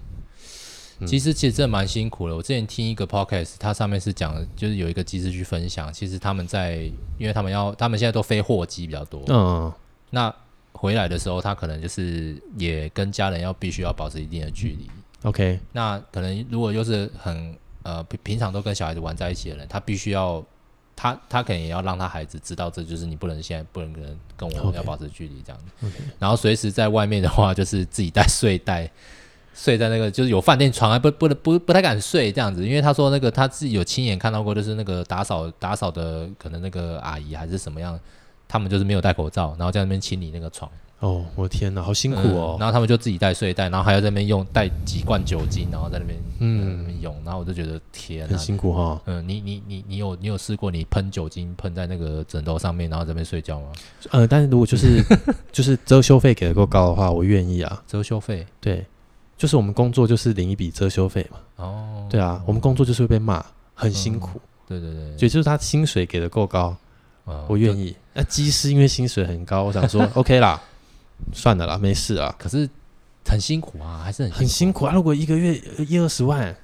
Speaker 1: 嗯
Speaker 2: 其实其实真的蛮辛苦的。我之前听一个 podcast，它上面是讲，就是有一个机师去分享，其实他们在，因为他们要，他们现在都飞货机比较多，
Speaker 1: 嗯
Speaker 2: 那回来的时候，他可能就是也跟家人要必须要保持一定的距离。
Speaker 1: ，OK，
Speaker 2: 那可能如果又是很呃平平常都跟小孩子玩在一起的人，他必须要他他可能也要让他孩子知道，这就是你不能现在不能跟跟我
Speaker 1: OK
Speaker 2: 要保持距离这样子。然后随时在外面的话，就是自己带睡袋。睡在那个就是有饭店床，还不不不不太敢睡这样子，因为他说那个他自己有亲眼看到过，就是那个打扫打扫的可能那个阿姨还是什么样，他们就是没有戴口罩，然后在那边清理那个床，
Speaker 1: 哦，我的天哪，好辛苦哦
Speaker 2: 嗯，然后他们就自己带睡袋，然后还要在那边用带几罐酒精，然后在那边嗯
Speaker 1: 嗯，
Speaker 2: 用，然后我就觉得天
Speaker 1: 很
Speaker 2: 啊，
Speaker 1: 辛苦哈、
Speaker 2: 嗯，你你你你有你有试过你喷酒精喷在那个枕头上面，然后在那边睡觉吗？
Speaker 1: 呃，但是如果就是 (laughs) 就是遮羞费给的够高的话，我愿意啊。
Speaker 2: 遮羞费
Speaker 1: 对，就是我们工作就是领一笔遮羞费嘛。
Speaker 2: 哦，
Speaker 1: 对啊，我们工作就是会被骂，很辛苦，
Speaker 2: 对对对，
Speaker 1: 所以就是他薪水给的够高，
Speaker 2: 嗯
Speaker 1: 我愿。意。那技师因为薪水很高，我想 (laughs) 说 OK 啦，算了啦，没事啊
Speaker 2: 就，可是很辛苦啊，还是很
Speaker 1: 很
Speaker 2: 辛苦。
Speaker 1: 辛苦啊。如果一个月呃一二十万，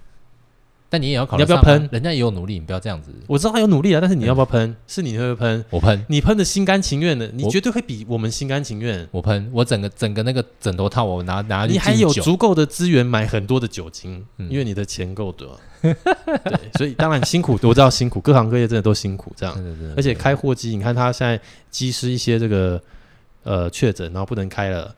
Speaker 2: 但你也要考
Speaker 1: 你
Speaker 2: 虑
Speaker 1: 要不要
Speaker 2: 上啊
Speaker 1: 喷
Speaker 2: 人家也有努力，你不要这样子。
Speaker 1: 我知道他有努力啊，但是你要不要喷？是你会不会喷？
Speaker 2: 我喷，
Speaker 1: 你喷的心甘情愿的，你
Speaker 2: 我
Speaker 1: 绝对会比我们心甘情愿。
Speaker 2: 我喷，我整个整个那个枕头套，我拿拿去
Speaker 1: 你还
Speaker 2: 啊敬
Speaker 1: 有
Speaker 2: 酒
Speaker 1: 足够的资源买很多的酒精，
Speaker 2: 嗯
Speaker 1: 因为你的钱够
Speaker 2: (laughs)
Speaker 1: 多。对，所以当然辛苦，我知道辛苦，各行各业真的都辛苦这样
Speaker 2: 对。对对，
Speaker 1: 而且开货机，你看他现在机师一些这个呃确诊，然后不能开了，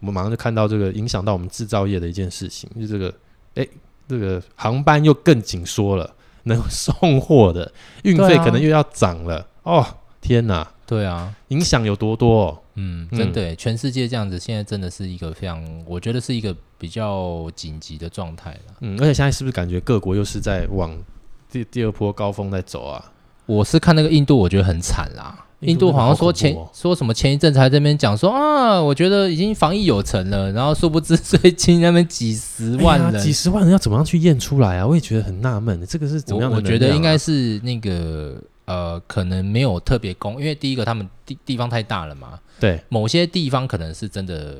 Speaker 1: 我们马上就看到这个影响到我们制造业的一件事情，就是这个哎这个航班又更紧缩了，能送货的运费
Speaker 2: 对啊
Speaker 1: 可能又要涨了。哦，天哪，
Speaker 2: 对啊，
Speaker 1: 影响有多多、哦？
Speaker 2: 嗯，
Speaker 1: 嗯
Speaker 2: 真的耶，全世界这样子，现在真的是一个非常，我觉得是一个比较紧急的状态了。
Speaker 1: 嗯，而且现在是不是感觉各国又是在往第第二波高峰在走啊？
Speaker 2: 我是看那个印度，我觉得很惨啦。印
Speaker 1: 印度
Speaker 2: 度好像说
Speaker 1: 真
Speaker 2: 前、
Speaker 1: 的好恐怖哦
Speaker 2: 说什么前一阵才这边讲说啊，我觉得已经防疫有成了，然后殊不知 (laughs) 最近那边几十万
Speaker 1: 哎呀
Speaker 2: 人，
Speaker 1: 几十万人要怎么样去验出来啊？我也觉得很纳闷，这个是怎么样的
Speaker 2: 我我
Speaker 1: 能量啊、
Speaker 2: 觉得应该是那个呃，可能没有特别公，因为第一个他们地地方太大了嘛，
Speaker 1: 对，
Speaker 2: 某些地方可能是真的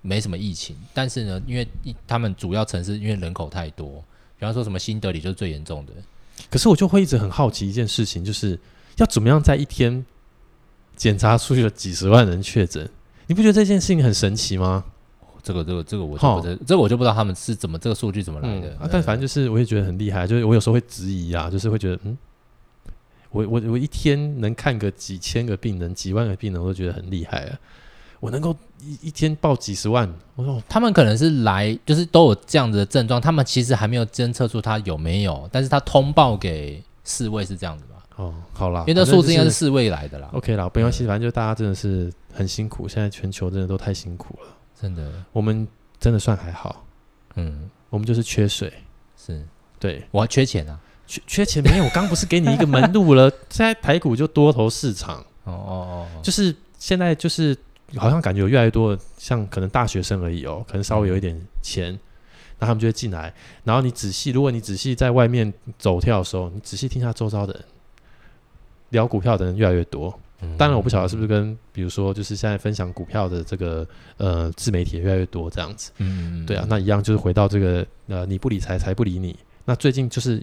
Speaker 2: 没什么疫情，但是呢，因为一他们主要城市因为人口太多，比方说什么新德里就是最严重的，
Speaker 1: 可是我就会一直很好奇一件事情，就是要怎么样在一天检查出有几十万人确诊？你不觉得这件事情很神奇吗？
Speaker 2: 这个这个这个我就
Speaker 1: 齁
Speaker 2: 不知，这个我就不知道他们是怎么这个数据怎么来
Speaker 1: 哦嗯
Speaker 2: 的。
Speaker 1: 啊，但反正就是我也觉得很厉害，啊就是我有时候会质疑啊，就是会觉得嗯，我我我一天能看个几千个病人、几万个病人，我都觉得很厉害了。我能够一一天报几十万，我说哦
Speaker 2: 他们可能是来，就是都有这样子的症状，他们其实还没有侦测出他有没有，但是他通报给世卫是这样子吧？
Speaker 1: 哦，好啦，
Speaker 2: 因为那
Speaker 1: 反正
Speaker 2: 数字应该
Speaker 1: 就是哦
Speaker 2: 世卫来的啦，
Speaker 1: OK 啦，没关系，反正就大家真的是很辛苦，现在全球真的都太辛苦了。
Speaker 2: 真的，
Speaker 1: 我们真的算还好，
Speaker 2: 嗯，
Speaker 1: 我们就是缺水，
Speaker 2: 是
Speaker 1: 对，
Speaker 2: 我还缺钱啊，
Speaker 1: 缺缺钱没有？我刚不是给你一个门路了？ (laughs) 现在台股就多头市场，
Speaker 2: 哦哦哦，
Speaker 1: 就是现在就是好像感觉有越来越多的像可能大学生而已哦，可能稍微有一点钱，那他们就会进来。然后你仔细，如果你仔细在外面走跳的时候，你仔细听一下周遭的人聊股票的人越来越多。
Speaker 2: 嗯
Speaker 1: 当然，我不晓得是不是跟比如说就是现在分享股票的这个呃自媒体也越来越多这样子。
Speaker 2: 嗯嗯嗯
Speaker 1: 对啊，那一样就是回到这个呃，你不理财，财不理你。那最近就是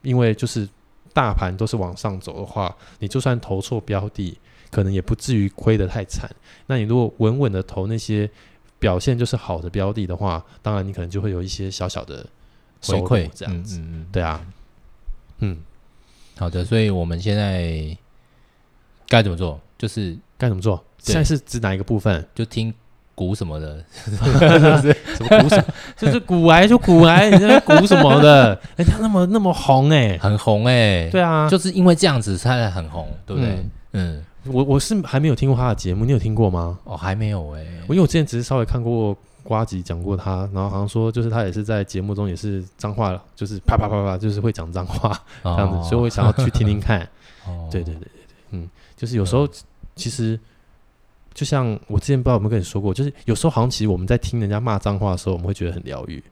Speaker 1: 因为就是大盘都是往上走的话，你就算投错标的，可能也不至于亏得太惨。那你如果稳稳的投那些表现就是好的标的的话，当然你可能就会有一些小小的收
Speaker 2: 回
Speaker 1: 入
Speaker 2: 馈
Speaker 1: 这样子。
Speaker 2: 嗯嗯嗯，
Speaker 1: 对啊，嗯，
Speaker 2: 好的，所以我们现在该怎么做？就是
Speaker 1: 该怎么做？
Speaker 2: 对
Speaker 1: 现在是指哪一个部
Speaker 2: (laughs)
Speaker 1: 分？
Speaker 2: 就听鼓什么的，
Speaker 1: 什么股什么？就是股癌就股癌，你在股什么的？
Speaker 2: (laughs)
Speaker 1: 人家那么那么红哎、
Speaker 2: 很红哎、
Speaker 1: 对啊，
Speaker 2: 就是因为这样子他才很红，对不对？嗯，
Speaker 1: 我我是还没有听过他的节目，你有听过吗？
Speaker 2: 哦，还没有
Speaker 1: 我
Speaker 2: 哎、
Speaker 1: 因为我之前只是稍微看过瓜吉讲过他，然后好像说就是他也是在节目中也是脏话，就是啪啪啪啪，就是会讲脏话
Speaker 2: 这
Speaker 1: 这样子，所以我想要去听听看。
Speaker 2: 哦
Speaker 1: 对对对对，对嗯，就是有时候其实就像我之前不知道有没有跟你说过，就是有时候好像其实我们在听人家骂脏话的时候，我们会觉得很疗愈。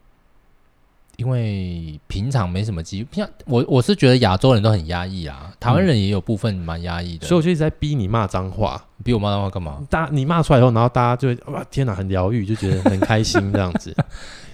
Speaker 2: 因为平常没什么机，平常我我是觉得亚洲人都很压抑啊，台湾人也有部分蛮压抑的，
Speaker 1: 所以我就一直在逼你骂脏话，
Speaker 2: 比我妈的话干嘛？
Speaker 1: 大你骂出来以后，然后大家就会哇天哪，很疗愈，就觉得很开心这样子。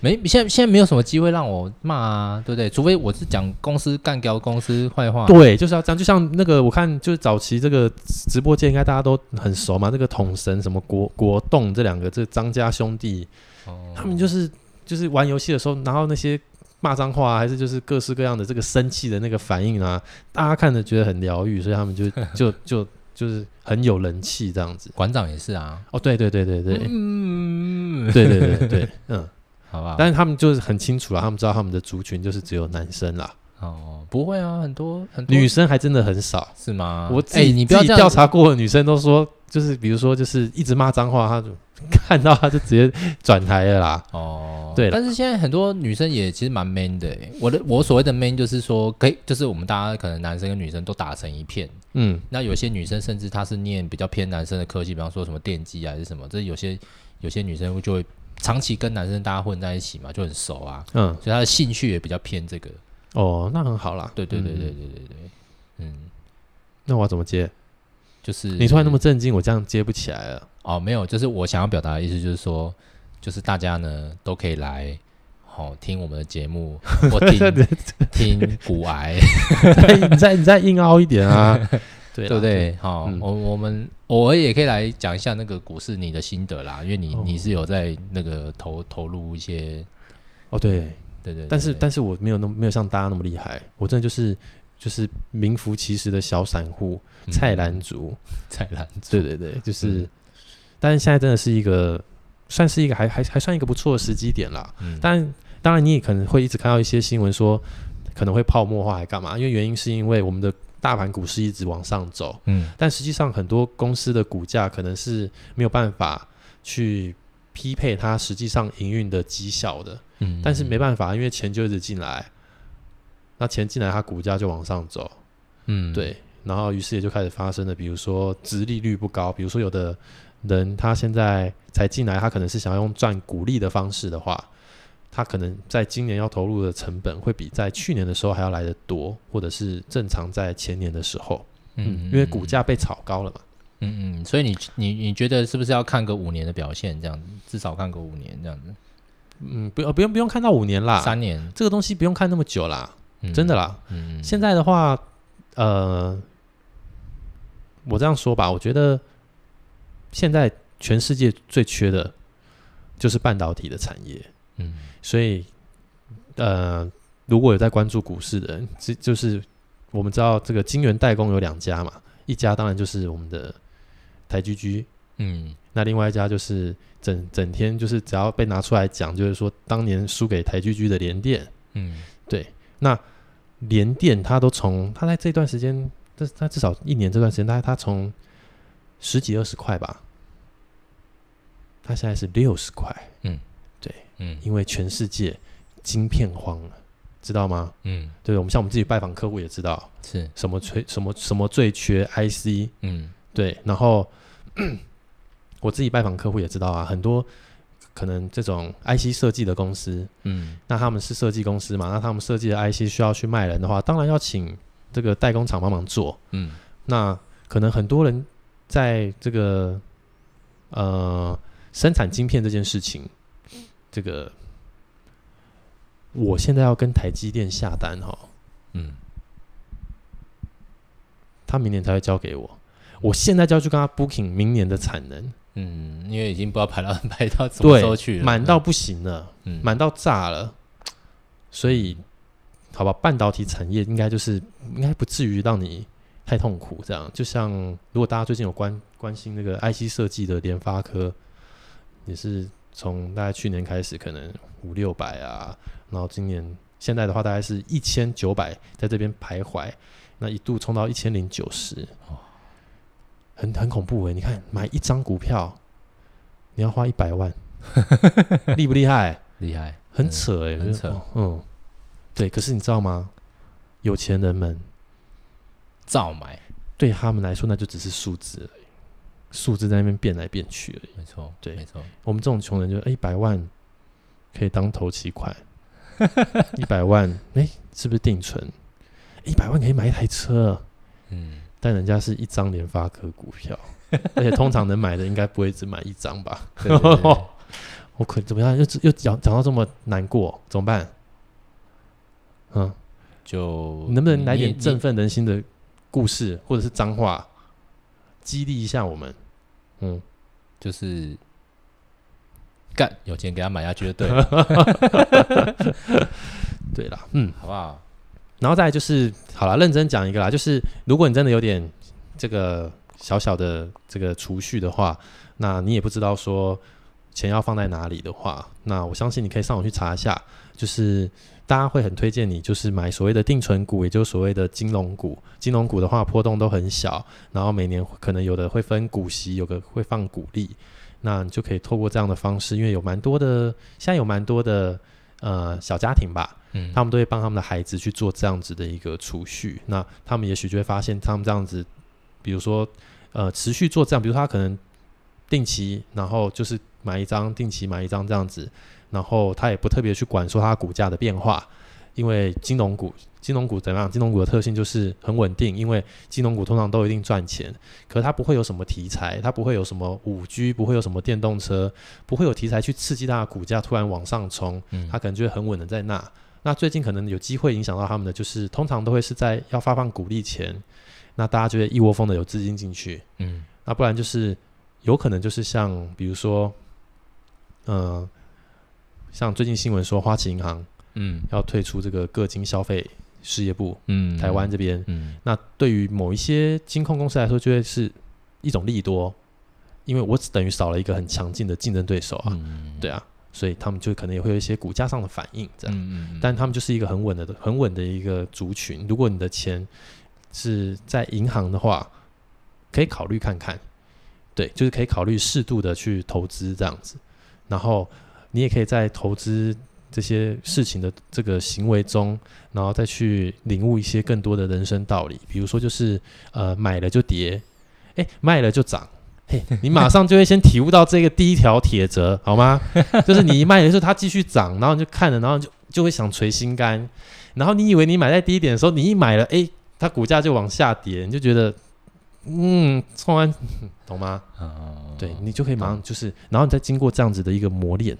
Speaker 2: 没，现在现在没有什么机会让我骂啊，对不对？除非我是讲公司干掉公司坏话，
Speaker 1: 对，就是要这样。就像那个，我看就是早期这个直播界，应该大家都很熟嘛。这个统神什么国国栋这两个，这张家兄弟，
Speaker 2: 哦
Speaker 1: 他们就是就是玩游戏的时候，然后那些骂脏话、啊，还是就是各式各样的这个生气的那个反应啊，大家看着觉得很疗愈，所以他们就 (laughs) 就就就是很有人气这样子。
Speaker 2: 馆长也是啊，
Speaker 1: 哦，对对对对对。
Speaker 2: 嗯，
Speaker 1: 对对对
Speaker 2: (laughs)
Speaker 1: 对，嗯，
Speaker 2: 好吧，
Speaker 1: 但是他们就是很清楚啦，啊他们知道他们的族群就是只有男生啦，
Speaker 2: 哦，不会啊，很多很多
Speaker 1: 女生还真的很少。
Speaker 2: 是吗？
Speaker 1: 我自
Speaker 2: 哎、
Speaker 1: 己、
Speaker 2: 你不要
Speaker 1: 自己
Speaker 2: 这样
Speaker 1: 调查过的女生都说，就是比如说就是一直骂脏话，她就 (laughs) 看到她就直接转台了啦。
Speaker 2: 哦，
Speaker 1: 对了
Speaker 2: 但是现在很多女生也其实蛮 man 的欸。我的我所谓的 man 就是说，可以就是我们大家可能男生跟女生都打成一片。
Speaker 1: 嗯，
Speaker 2: 那有些女生甚至她是念比较偏男生的科技，比方说什么电机啊还是什么，这有些有些女生就会长期跟男生大家混在一起嘛，就很熟啊，
Speaker 1: 嗯，
Speaker 2: 所以她的兴趣也比较偏这个。
Speaker 1: 哦，那很好啦。
Speaker 2: 对对对对对
Speaker 1: 嗯
Speaker 2: 对对对，嗯，
Speaker 1: 那我要怎么接？
Speaker 2: 就是
Speaker 1: 你突然那么震惊，我这样接不起来
Speaker 2: (laughs)
Speaker 1: 了。
Speaker 2: 哦，没有，就是我想要表达的意思就是说，就是大家呢都可以来。哦，听我们的节
Speaker 1: (laughs)
Speaker 2: 目，或听 (laughs) 听骨癌，
Speaker 1: 你再你再硬凹一点
Speaker 2: (laughs)
Speaker 1: 啊，对
Speaker 2: 对
Speaker 1: 啦
Speaker 2: 不？对？好，
Speaker 1: 嗯
Speaker 2: 我我们偶尔也可以来讲一下那个股市你的心得啦，因为你
Speaker 1: 哦
Speaker 2: 你是有在那个投投入一些，
Speaker 1: 哦对，
Speaker 2: 对对，
Speaker 1: 但是
Speaker 2: 对
Speaker 1: 但是我没有那么没有像大家那么厉害，我真的就是就是名副其实的小散户、
Speaker 2: 嗯
Speaker 1: 菜篮族。
Speaker 2: 菜篮子，
Speaker 1: 对对对，就是，
Speaker 2: 嗯
Speaker 1: 但是现在真的是一个，算是一个还还还算一个不错的时机点啦。
Speaker 2: 嗯
Speaker 1: 但当然你也可能会一直看到一些新闻说可能会泡沫化还干嘛，因为原因是因为我们的大盘股市一直往上走，
Speaker 2: 嗯
Speaker 1: 但实际上很多公司的股价可能是没有办法去匹配它实际上营运的绩效的，
Speaker 2: 嗯，
Speaker 1: 但是没办法，因为钱就一直进来，那钱进来它股价就往上走。
Speaker 2: 嗯，
Speaker 1: 对，然后于是也就开始发生了，比如说呃殖利率不高，比如说有的人他现在才进来，他可能是想要用赚股利的方式的话，他可能在今年要投入的成本会比在去年的时候还要来得多，或者是正常在前年的时候，
Speaker 2: 嗯，嗯，
Speaker 1: 因为股价被炒高了嘛。
Speaker 2: 嗯，嗯嗯，所以你你你觉得是不是要看个五年的表现，这样子，至少看个五年这样子，
Speaker 1: 嗯，不要不用不用看到五年啦，
Speaker 2: 三年，
Speaker 1: 这个东西不用看那么久啦，
Speaker 2: 嗯
Speaker 1: 啊真的，啦。
Speaker 2: 嗯，
Speaker 1: 现在的话，呃，我这样说吧，我觉得现在全世界最缺的就是半导体的产业，
Speaker 2: 嗯
Speaker 1: 所以呃，如果有在关注股市的人，这就是我们知道这个晶圆代工有两家嘛，一家当然就是我们的台积居，
Speaker 2: 嗯
Speaker 1: 那另外一家就是整整天就是只要被拿出来讲，就是说当年输给台积居的联电，
Speaker 2: 嗯
Speaker 1: 联电它都从它在这段时间，这它至少一年这段时间，它它从十几二十块吧，它现在是六十块，
Speaker 2: 嗯
Speaker 1: 因为全世界晶片荒了，知道吗？
Speaker 2: 嗯，
Speaker 1: 对，我们像我们自己拜访客户也知道，
Speaker 2: 是，
Speaker 1: 什么缺什么什么最缺 IC，
Speaker 2: 嗯
Speaker 1: 对，然后 (coughs) 我自己拜访客户也知道啊，很多可能这种 IC 设计的公司，
Speaker 2: 嗯
Speaker 1: 那他们是设计公司嘛，那他们设计的 IC 需要去卖人的话，当然要请这个代工厂帮忙做。
Speaker 2: 嗯
Speaker 1: 那可能很多人在这个呃生产晶片这件事情，这个我现在要跟台积电下单哈、
Speaker 2: 嗯
Speaker 1: 他明年才会交给我。我现在就要去跟他 booking 明年的产能，
Speaker 2: 嗯，因为已经不知道排到 (laughs) 排到什么时候去
Speaker 1: 对，
Speaker 2: 了，
Speaker 1: 满到不行了，
Speaker 2: 嗯
Speaker 1: 满到炸了。所以，好吧，半导体产业应该就是应该不至于让你太痛苦。这样，就像如果大家最近有关关心那个 IC 设计的联发科，也是从大概去年开始，可能五六百啊，然后今年现在的话大概是一千九百，在这边徘徊，那一度冲到一千零九十
Speaker 2: 哦，
Speaker 1: 很很恐怖诶、欸你看，买一张股票，你要花一百万，厉不厉害？
Speaker 2: 厉害，
Speaker 1: 很扯哎、欸，
Speaker 2: 很
Speaker 1: 我觉得
Speaker 2: 扯
Speaker 1: 哦嗯，对。可是你知道吗？有钱人们
Speaker 2: 照买，
Speaker 1: 对他们来说，那就只是数字而已，数字在那边变来变去而已。
Speaker 2: 没错，
Speaker 1: 对
Speaker 2: 没错，
Speaker 1: 我们这种穷人就，一百万可以当头期款，一百万哎、诶是不是定存？一百万可以买一台车，
Speaker 2: 嗯
Speaker 1: (laughs) 但人家是一张联发科股票，而且通常能买的应该不会只买一张吧？
Speaker 2: 对对对对
Speaker 1: 我可怎么样？又又讲讲到这么难过，怎么办？嗯，
Speaker 2: 就
Speaker 1: 你能不能来点
Speaker 2: 你
Speaker 1: 振
Speaker 2: 你
Speaker 1: 奋人心的故事，或者是脏话，激励一下我们？嗯，
Speaker 2: 就是干有钱给他买下去就对了，
Speaker 1: 对啦，嗯，
Speaker 2: 好不好？
Speaker 1: 然后再来就是，好了，认真讲一个啦，就是如果你真的有点这个小小的这个储蓄的话，那你也不知道说钱要放在哪里的话，那我相信你可以上网去查一下，就是大家会很推荐你，就是买所谓的定存股，也就是所谓的金融股。金融股的话，波动都很小，然后每年可能有的会分股息，有的会放股利，那你就可以透过这样的方式，因为有蛮多的，现在有蛮多的呃小家庭吧，
Speaker 2: 嗯，
Speaker 1: 他们都会帮他们的孩子去做这样子的一个储蓄。那他们也许就会发现，他们这样子，比如说，呃，持续做这样，比如说他可能定期，然后就是买一张，定期买一张这样子，然后他也不特别去管说它股价的变化，因为金融股，金融股怎么样？金融股的特性就是很稳定，因为金融股通常都一定赚钱，可是它不会有什么题材，它不会有什么五 G，不会有什么电动车，不会有题材去刺激它的股价突然往上冲。
Speaker 2: 嗯
Speaker 1: 它可能就会很稳的在那。那最近可能有机会影响到他们的，就是通常都会是在要发放股利前，那大家就会一窝蜂的有资金进去，
Speaker 2: 嗯
Speaker 1: 那不然就是有可能就是像比如说，嗯、像最近新闻说花旗银行
Speaker 2: 嗯
Speaker 1: 要退出这个各金消费事业部
Speaker 2: 嗯，
Speaker 1: 台湾这边，
Speaker 2: 嗯
Speaker 1: 那对于某一些金控公司来说，就会是一种利多，因为我只等于少了一个很强劲的竞争对手啊，
Speaker 2: 嗯
Speaker 1: 对啊，所以他们就可能也会有一些股价上的反应，这样。
Speaker 2: 嗯嗯，
Speaker 1: 但他们就是一个很稳的、很稳的一个族群。如果你的钱是在银行的话，可以考虑看看，对，就是可以考虑适度的去投资这样子。然后你也可以在投资这些事情的这个行为中，然后再去领悟一些更多的人生道理。比如说，就是呃，买了就跌，哎，卖了就涨。嘿，你马上就会先体悟到这个第一条铁则，好吗？就是你一卖的时候它继续涨，然后你就看了，然后就就会想捶心肝。然后你以为你买在低点的时候，你一买了，哎，它股价就往下跌，你就觉得，嗯，冲完，懂吗？
Speaker 2: 嗯，
Speaker 1: 对你就可以马上就是，然后你再经过这样子的一个磨练，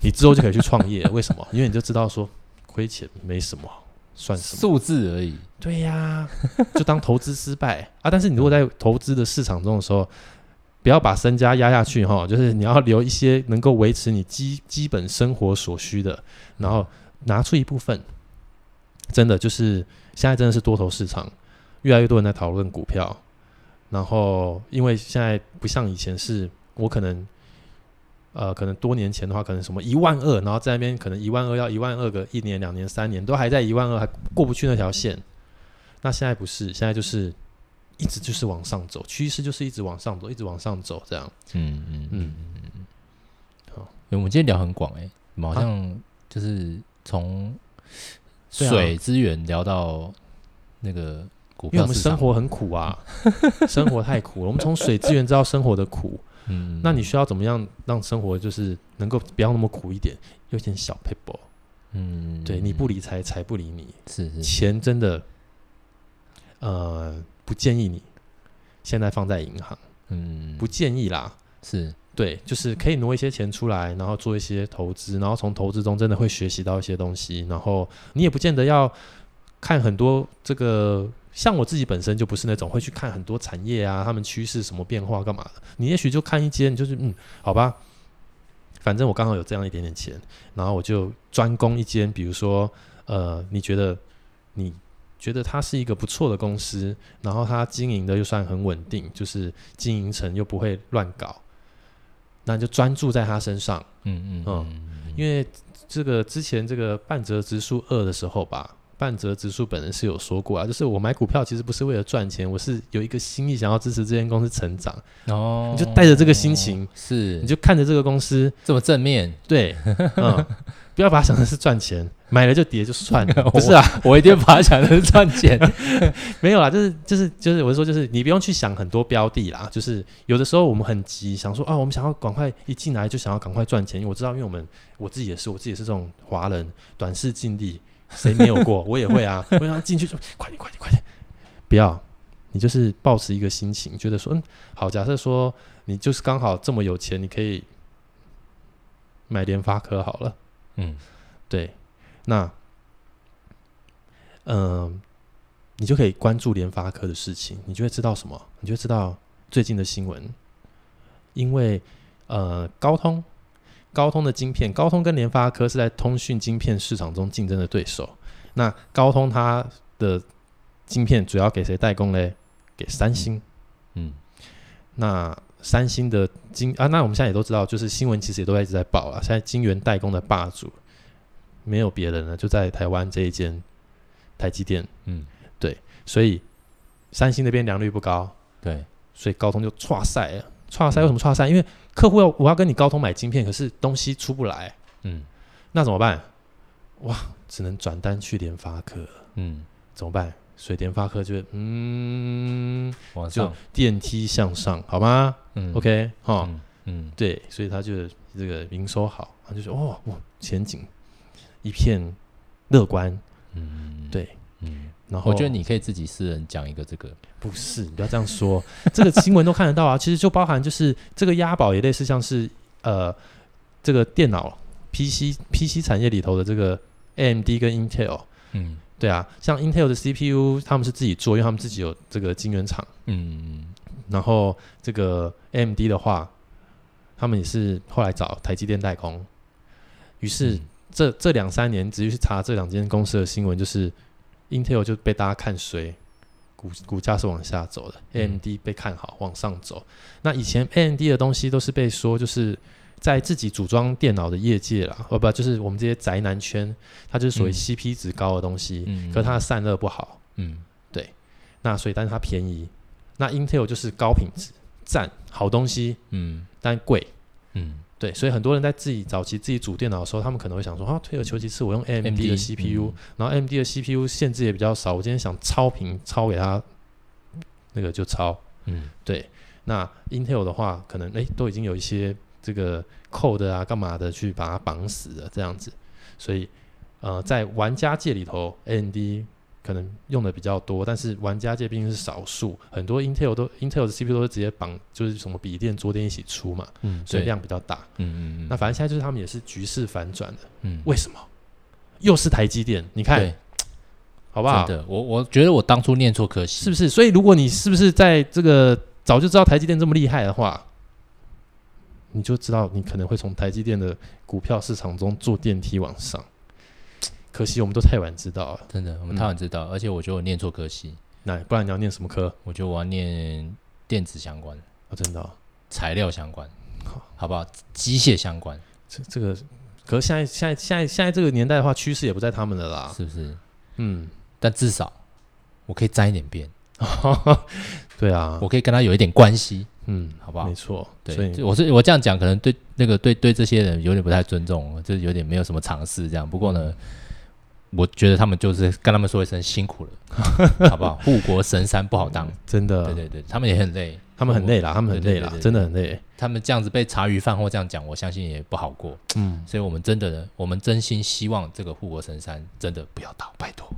Speaker 1: 你之后就可以去创业。为什么？因为你就知道说亏钱没什么，算什么？
Speaker 2: 数字而已。
Speaker 1: 对呀、就当投资失败啊。但是你如果在投资的市场中的时候，不要把身家压下去哈，就是你要留一些能够维持你基基本生活所需的，然后拿出一部分。真的就是现在真的是多头市场，越来越多人在讨论股票，然后因为现在不像以前是我可能。呃，可能多年前的话，可能什么一万二，然后在那边可能一万二要一万二个一年、两年、三年都还在一万二，还过不去那条线。那现在不是，现在就是一直就是往上走，趋势就是一直往上走，一直往上走这样。
Speaker 2: 嗯嗯嗯
Speaker 1: 嗯
Speaker 2: 嗯嗯。
Speaker 1: 好
Speaker 2: 好，我们今天聊很广哎、我们好像就是从
Speaker 1: 对啊
Speaker 2: 水资源聊到那个股
Speaker 1: 因为
Speaker 2: 票
Speaker 1: 我们
Speaker 2: 市场
Speaker 1: 生活很苦
Speaker 2: (laughs)
Speaker 1: 啊，生活太苦了。我们从水资源知道生活的苦，
Speaker 2: 嗯，
Speaker 1: 那你需要怎么样让生活就是能够不要那么苦一点，有点小 paper。
Speaker 2: 嗯，
Speaker 1: 对，你不理财，财不理你，
Speaker 2: 是是
Speaker 1: 钱真的，呃，不建议你现在放在银行，
Speaker 2: 嗯
Speaker 1: 不建议啦。
Speaker 2: 是
Speaker 1: 对，就是可以挪一些钱出来，然后做一些投资，然后从投资中真的会学习到一些东西，然后你也不见得要看很多这个。像我自己本身就不是那种会去看很多产业啊，他们趋势什么变化干嘛的。你也许就看一间，你就是嗯，好吧，反正我刚好有这样一点点钱，然后我就专攻一间，比如说呃，你觉得你觉得它是一个不错的公司，然后它经营的又算很稳定，就是经营层又不会乱搞，那你就专注在它身上。
Speaker 2: 嗯嗯
Speaker 1: 嗯
Speaker 2: 嗯，
Speaker 1: 因为这个之前这个半泽直树二的时候吧，半泽直树本人是有说过啊，就是我买股票其实不是为了赚钱，我是有一个心意想要支持这间公司成长，
Speaker 2: 然后
Speaker 1: 你就带着这个心情，
Speaker 2: 哦是
Speaker 1: 你就看着这个公司，
Speaker 2: 这么正面，
Speaker 1: 对，嗯， (laughs) 不要把它想的是赚钱，买了就跌就算
Speaker 2: (laughs)
Speaker 1: 了， (laughs) 不是啊，
Speaker 2: 我一定把它想成赚钱。 (laughs)
Speaker 1: (laughs) 没有啦，就是就是就是，我是说，就是你不用去想很多标的啦，就是有的时候我们很急，想说啊，我们想要赶快一进来就想要赶快赚钱，因为我知道，因为我们我自己也是，我自己也是这种华人，短视近利，谁没有过？我也会啊，我想进去就快点快点快点，不要，你就是保持一个心情，觉得说，嗯，好，假设说你就是刚好这么有钱，你可以买联发科好了。
Speaker 2: 嗯，
Speaker 1: 对，那，嗯、你就可以关注联发科的事情，你就会知道什么？你就会知道最近的新闻，因为呃，高通，高通的晶片，高通跟联发科是在通讯晶片市场中竞争的对手。那高通它的晶片主要给谁代工嘞？给三星。
Speaker 2: 嗯，
Speaker 1: 那三星的晶啊，那我们现在也都知道，就是新闻其实也都在一直在报啊。现在晶圆代工的霸主没有别人了，就在台湾这一间台积电。
Speaker 2: 嗯，
Speaker 1: 所以三星那边良率不高，
Speaker 2: 对，
Speaker 1: 所以高通就岔赛了。岔赛为什么岔赛？因为客户要我要跟你高通买晶片，可是东西出不来，
Speaker 2: 嗯
Speaker 1: 那怎么办？哇，只能转单去联发科了，
Speaker 2: 嗯，
Speaker 1: 怎么办？所以联发科就会嗯，
Speaker 2: 往
Speaker 1: 就
Speaker 2: 上，
Speaker 1: 电梯向上，好吗、
Speaker 2: 嗯
Speaker 1: o k 哈、
Speaker 2: 嗯嗯
Speaker 1: 对，所以他就这个营收好，他就说哦，哇，前景一片乐观。
Speaker 2: 嗯，
Speaker 1: 对，
Speaker 2: 嗯，
Speaker 1: 然后
Speaker 2: 我觉得你可以自己私人讲一个这个，
Speaker 1: 不是，你不要这样说，这个新闻都看得到啊。其实就包含就是这个押宝也类似像是呃这个电脑 PC PC 产业里头的这个 AMD 跟 Intel，
Speaker 2: 嗯
Speaker 1: 对啊，像 Intel 的 CPU 他们是自己做，因为他们自己有这个晶圆厂。
Speaker 2: 嗯
Speaker 1: 然后这个 AMD 的话，他们也是后来找台积电代工，于是
Speaker 2: 嗯
Speaker 1: 这这两三年，直接去查这两间公司的新闻，就是 Intel 就被大家看衰，股股价是往下走的、
Speaker 2: 嗯
Speaker 1: a m d 被看好往上走。那以前 AMD 的东西都是被说就是。在自己组装电脑的业界啦，哦不，就是我们这些宅男圈，它就是属于
Speaker 2: 嗯
Speaker 1: CP 值高的东西，
Speaker 2: 嗯，
Speaker 1: 可是它的散热不好，
Speaker 2: 嗯
Speaker 1: 那所以但是它便宜。那 Intel 就是高品质，赞，好东西，
Speaker 2: 嗯
Speaker 1: 但贵。
Speaker 2: 嗯
Speaker 1: 对，所以很多人在自己早期自己组电脑的时候，他们可能会想说啊，退而求其次，我用 AMD 的
Speaker 2: AMD
Speaker 1: CPU，、然后 AMD 的 CPU 限制也比较少，我今天想超频超给它，那个就超。
Speaker 2: 嗯，
Speaker 1: 对，那 Intel 的话，可能诶都已经有一些这个 code 啊干嘛的去把它绑死了这样子，所以呃，在玩家界里头，AMD 可能用的比较多，但是玩家界毕竟是少数，很多 Intel 都 Intel 的 CPU 都是直接绑，就是什么笔电、桌垫一起出嘛，
Speaker 2: 嗯，
Speaker 1: 所以
Speaker 2: 对，
Speaker 1: 量比较大。
Speaker 2: 嗯嗯嗯，
Speaker 1: 那反正现在就是他们也是局势反转的，
Speaker 2: 嗯，
Speaker 1: 为什么？又是台积电，你看
Speaker 2: 对，
Speaker 1: 好不好
Speaker 2: 真？的，我我觉得我当初念错科系，
Speaker 1: 是不是？所以如果你是不是在这个早就知道台积电这么厉害的话，你就知道你可能会从台积电的股票市场中坐电梯往上。可惜我们都太晚知道了，
Speaker 2: 真的，我们
Speaker 1: 嗯
Speaker 2: 太晚知道，而且我觉得我念错科系，
Speaker 1: 那不然你要念什么科？
Speaker 2: 我觉得我要念电子相关、
Speaker 1: 啊，真的哦、
Speaker 2: 材料相关，好不好？机械相关，
Speaker 1: 这这个，可是现在现在现在现在这个年代的话，趋势也不在他们了啦。
Speaker 2: 是不是？ (laughs)
Speaker 1: 嗯，
Speaker 2: 但至少我可以沾一点边，
Speaker 1: 对啊，
Speaker 2: 我可以跟他有一点关系，
Speaker 1: 嗯，
Speaker 2: 好不好
Speaker 1: 没？错，所
Speaker 2: 对，
Speaker 1: 以
Speaker 2: 我是我这样讲，可能对那个对对这些人有点不太尊重，就是有点没有什么尝试这样。不过呢，
Speaker 1: 嗯
Speaker 2: 我觉得他们就是跟他们说一声辛苦了，好不
Speaker 1: (laughs)
Speaker 2: 好？护国神山不好当，
Speaker 1: 真的，
Speaker 2: 对对对，他们也很累，
Speaker 1: 他们很累啦，他们很累
Speaker 2: 对对
Speaker 1: 啦
Speaker 2: 对，对
Speaker 1: 真的很累。
Speaker 2: 他们这样子被茶余饭后这样讲，我相信也不好过。
Speaker 1: 嗯，
Speaker 2: 所以我们真的，我们真心希望这个护国神山真的不要倒，拜托，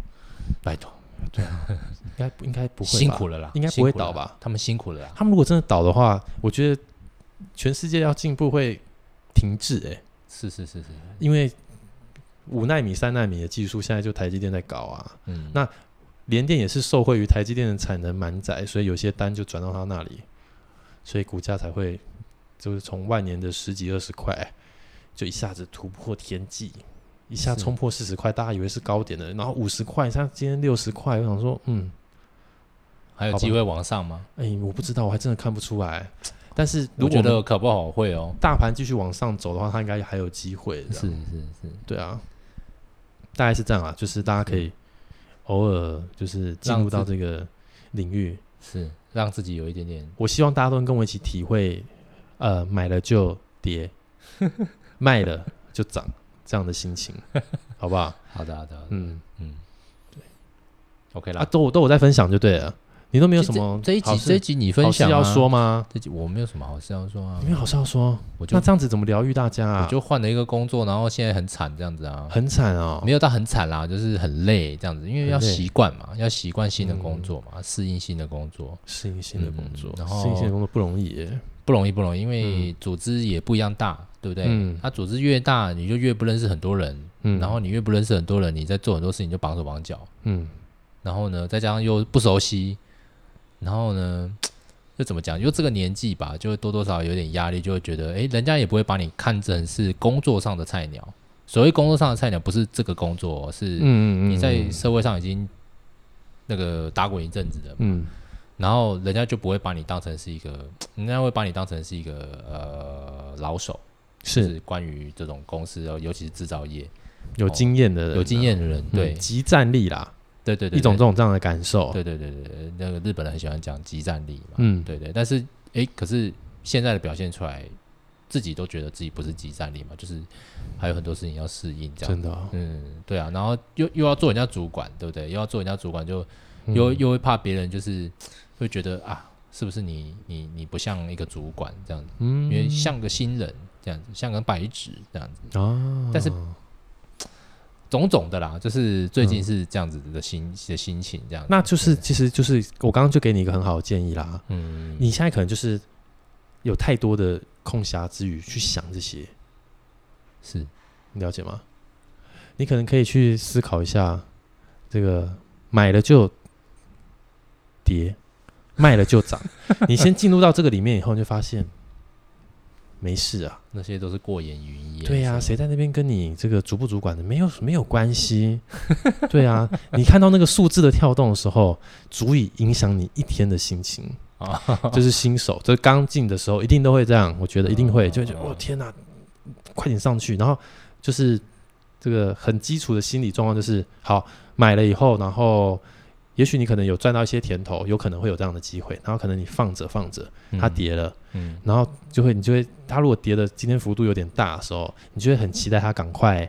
Speaker 2: 拜托，
Speaker 1: 应该不应该不会吧
Speaker 2: 辛苦了啦，
Speaker 1: 应该不会
Speaker 2: 辛苦了
Speaker 1: 倒吧
Speaker 2: 啦？他们辛苦了啦，
Speaker 1: 他们如果真的倒的话，我觉得全世界要进步会停滞诶、
Speaker 2: 是是是是，
Speaker 1: 因为五纳米、三纳米的技术现在就台积电在搞啊，
Speaker 2: 嗯，
Speaker 1: 那联电也是受惠于台积电的产能满载，所以有些单就转到他那里，所以股价才会就是从万年的十几二十块，就一下子突破天际。一下
Speaker 2: 是
Speaker 1: 冲破四十块，大家以为是高点的，然后五十块，像今天六十块，我想说，嗯，
Speaker 2: 还有
Speaker 1: 好吧
Speaker 2: 机会往上吗？
Speaker 1: 哎、我不知道，我还真的看不出来。但是如
Speaker 2: 我
Speaker 1: 果
Speaker 2: 觉
Speaker 1: 我们
Speaker 2: 得可不好会哦，
Speaker 1: 大盘继续往上走的话，它应该还有机会的。
Speaker 2: 是是是，
Speaker 1: 对啊，大概是这样啊，就是大家可以偶尔就是进入到这个领域。
Speaker 2: 是让自己有一点点
Speaker 1: 我希望大家都能跟我一起体会，呃，买了就
Speaker 2: (laughs)
Speaker 1: 跌，卖了就涨这样的心情，好不好？
Speaker 2: 好的好的好的
Speaker 1: 嗯，
Speaker 2: 嗯， (laughs) 对，OK
Speaker 1: 啊，
Speaker 2: 啦。
Speaker 1: 都我都我在分享就对了，你都没有什
Speaker 2: 这
Speaker 1: 么
Speaker 2: 这一
Speaker 1: 好
Speaker 2: 集
Speaker 1: 事
Speaker 2: 这一集你分享
Speaker 1: 好
Speaker 2: 啊
Speaker 1: 事要说，吗？
Speaker 2: 这集我没有什么好事要说啊
Speaker 1: 你，没有好事要说，
Speaker 2: 我就
Speaker 1: 那这样子怎么疗愈大家
Speaker 2: 我
Speaker 1: 啊？
Speaker 2: 就换了一个工作，然后现在很惨这样子啊，
Speaker 1: 很惨哦，
Speaker 2: 没有到很惨啦，就是很累这样子，因为要
Speaker 1: 很累嗯
Speaker 2: 习惯嘛，要习惯新的工作嘛，适应新的工作
Speaker 1: 适应新的工作
Speaker 2: 嗯，然后
Speaker 1: 适应新的工作不容易耶。
Speaker 2: 不容易不容易，因为组织也不一样大，对不对？
Speaker 1: 嗯
Speaker 2: 那、组织越大，你就越不认识很多人，
Speaker 1: 嗯，
Speaker 2: 然后你越不认识很多人，你在做很多事情就绑手绑脚，
Speaker 1: 嗯，
Speaker 2: 然后呢，再加上又不熟悉，然后呢，就怎么讲？就这个年纪吧，就多多少少有点压力，就会觉得，诶，人家也不会把你看成是工作上的菜鸟。所谓工作上的菜鸟，不是这个工作哦，是
Speaker 1: 嗯嗯，
Speaker 2: 你在
Speaker 1: 嗯
Speaker 2: 社会上已经那个打滚一阵子了，
Speaker 1: 嗯
Speaker 2: 然后人家就不会把你当成是一个，人家会把你当成是一个呃老手，就是是关于这种公司，尤其是制造业
Speaker 1: 有经验的人啊，
Speaker 2: 有经验的人，
Speaker 1: 嗯，
Speaker 2: 对
Speaker 1: 集战力啦，
Speaker 2: 对对对，
Speaker 1: 一种这
Speaker 2: 对
Speaker 1: 种这样的感受，
Speaker 2: 对对对对对，那个日本人很喜欢讲集战力嘛，
Speaker 1: 嗯，
Speaker 2: 对对，但是诶，可是现在的表现出来，自己都觉得自己不是集战力嘛，就是还有很多事情要适应这样
Speaker 1: 真的哦，
Speaker 2: 嗯，对啊，然后又又要做人家主管，对不对？又要做人家主管，就
Speaker 1: 嗯
Speaker 2: 又、又会怕别人就是会觉得啊，是不是你你你不像一个主管这样子，因
Speaker 1: 嗯
Speaker 2: 为像个新人这样子，像个白纸这样子，
Speaker 1: 啊，
Speaker 2: 但是种种的啦，就是最近是这样子的心、的心情这样子。
Speaker 1: 嗯那就是其实就是我刚刚就给你一个很好的建议啦，
Speaker 2: 嗯，
Speaker 1: 你现在可能就是有太多的空暇之余去想这些，
Speaker 2: 是
Speaker 1: 你了解吗？你可能可以去思考一下，这个买了就跌，卖了就涨。你先进入到这个里面以后，你就发现没事啊。
Speaker 2: 那些都是过眼云烟。
Speaker 1: 对呀、啊
Speaker 2: 呀、
Speaker 1: 谁在那边跟你这个主不主管的没有没有关系。 (laughs) 对啊，你看到那个数字的跳动的时候，足以影响你一天的心情。
Speaker 2: 啊，
Speaker 1: 这是新手，这刚进的时候一定都会这样，我觉得一定会，就会觉得
Speaker 2: 哦
Speaker 1: 哦天哪、快点上去，然后就是这个很基础的心理状况就是，好买了以后，然后也许你可能有赚到一些甜头，有可能会有这样的机会，然后可能你放着放着，它
Speaker 2: 嗯，
Speaker 1: 跌了，
Speaker 2: 嗯，
Speaker 1: 然后就会你就会它如果跌的今天幅度有点大的时候，你就会很期待它赶快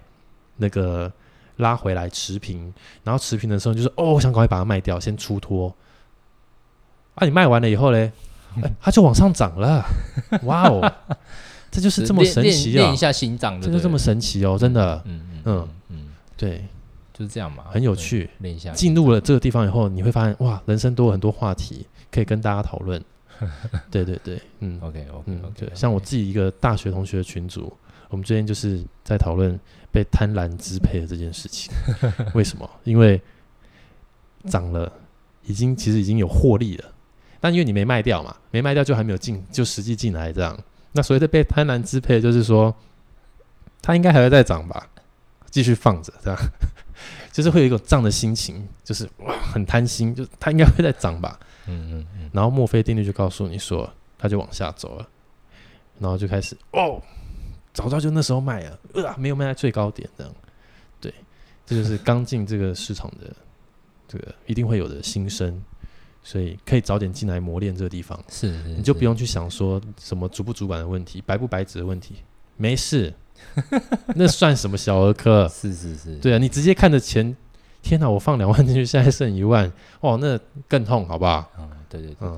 Speaker 1: 那个拉回来持平，然后持平的时候你就是哦，我想赶快把它卖掉，先出脱。啊，你卖完了以后
Speaker 2: (laughs)
Speaker 1: 嘞，哎它就往上涨了，哇哦，这就是这么
Speaker 2: 练
Speaker 1: 神
Speaker 2: 练
Speaker 1: 奇
Speaker 2: 练
Speaker 1: 啊
Speaker 2: 一！下心脏，
Speaker 1: 这就这么，神奇哦，真的，
Speaker 2: 嗯嗯
Speaker 1: 嗯
Speaker 2: 嗯嗯，
Speaker 1: 对，
Speaker 2: 就是这样嘛，
Speaker 1: 很有
Speaker 2: 对，
Speaker 1: 趣。
Speaker 2: 练一下，
Speaker 1: 进入了这个地方以后，你会发现哇，人生多了很多话题可以跟大家讨
Speaker 2: (laughs)
Speaker 1: 论。对对对，嗯
Speaker 2: OK 哦 OK
Speaker 1: 嗯，对，
Speaker 2: OK，
Speaker 1: 像我自己一个大学同学的群组，我们最近就是在讨论被贪婪支配的这件事情。为什么？因为涨了，已经其实已经有获利了，但因为你没卖掉嘛，没卖掉就还没有进，就实际进来这样。那所谓的被贪婪支配，就是说它应该还会再涨吧，继续放着这样， (laughs) 就是会有一种这样的心情，就是哇很贪心，就是它应该会再涨吧，
Speaker 2: 嗯嗯嗯，
Speaker 1: 然后墨菲定律就告诉你说，它就往下走了，然后就开始哦，早知道就那时候卖了，呃，没有卖在最高点这样，对，这就是刚进这个市场的 (laughs) 这个一定会有的心声，所以可以早点进来磨练这个地方，
Speaker 2: 是是，
Speaker 1: 你就是不用去想说什么主不主板的问题，白不白纸的问题，没事， (laughs) 那算什么小儿科？
Speaker 2: 是是是，
Speaker 1: 对啊，你直接看着钱，天哪，我放两万进去，现在剩一万，哦，那更痛，好不好？
Speaker 2: 嗯，对对对对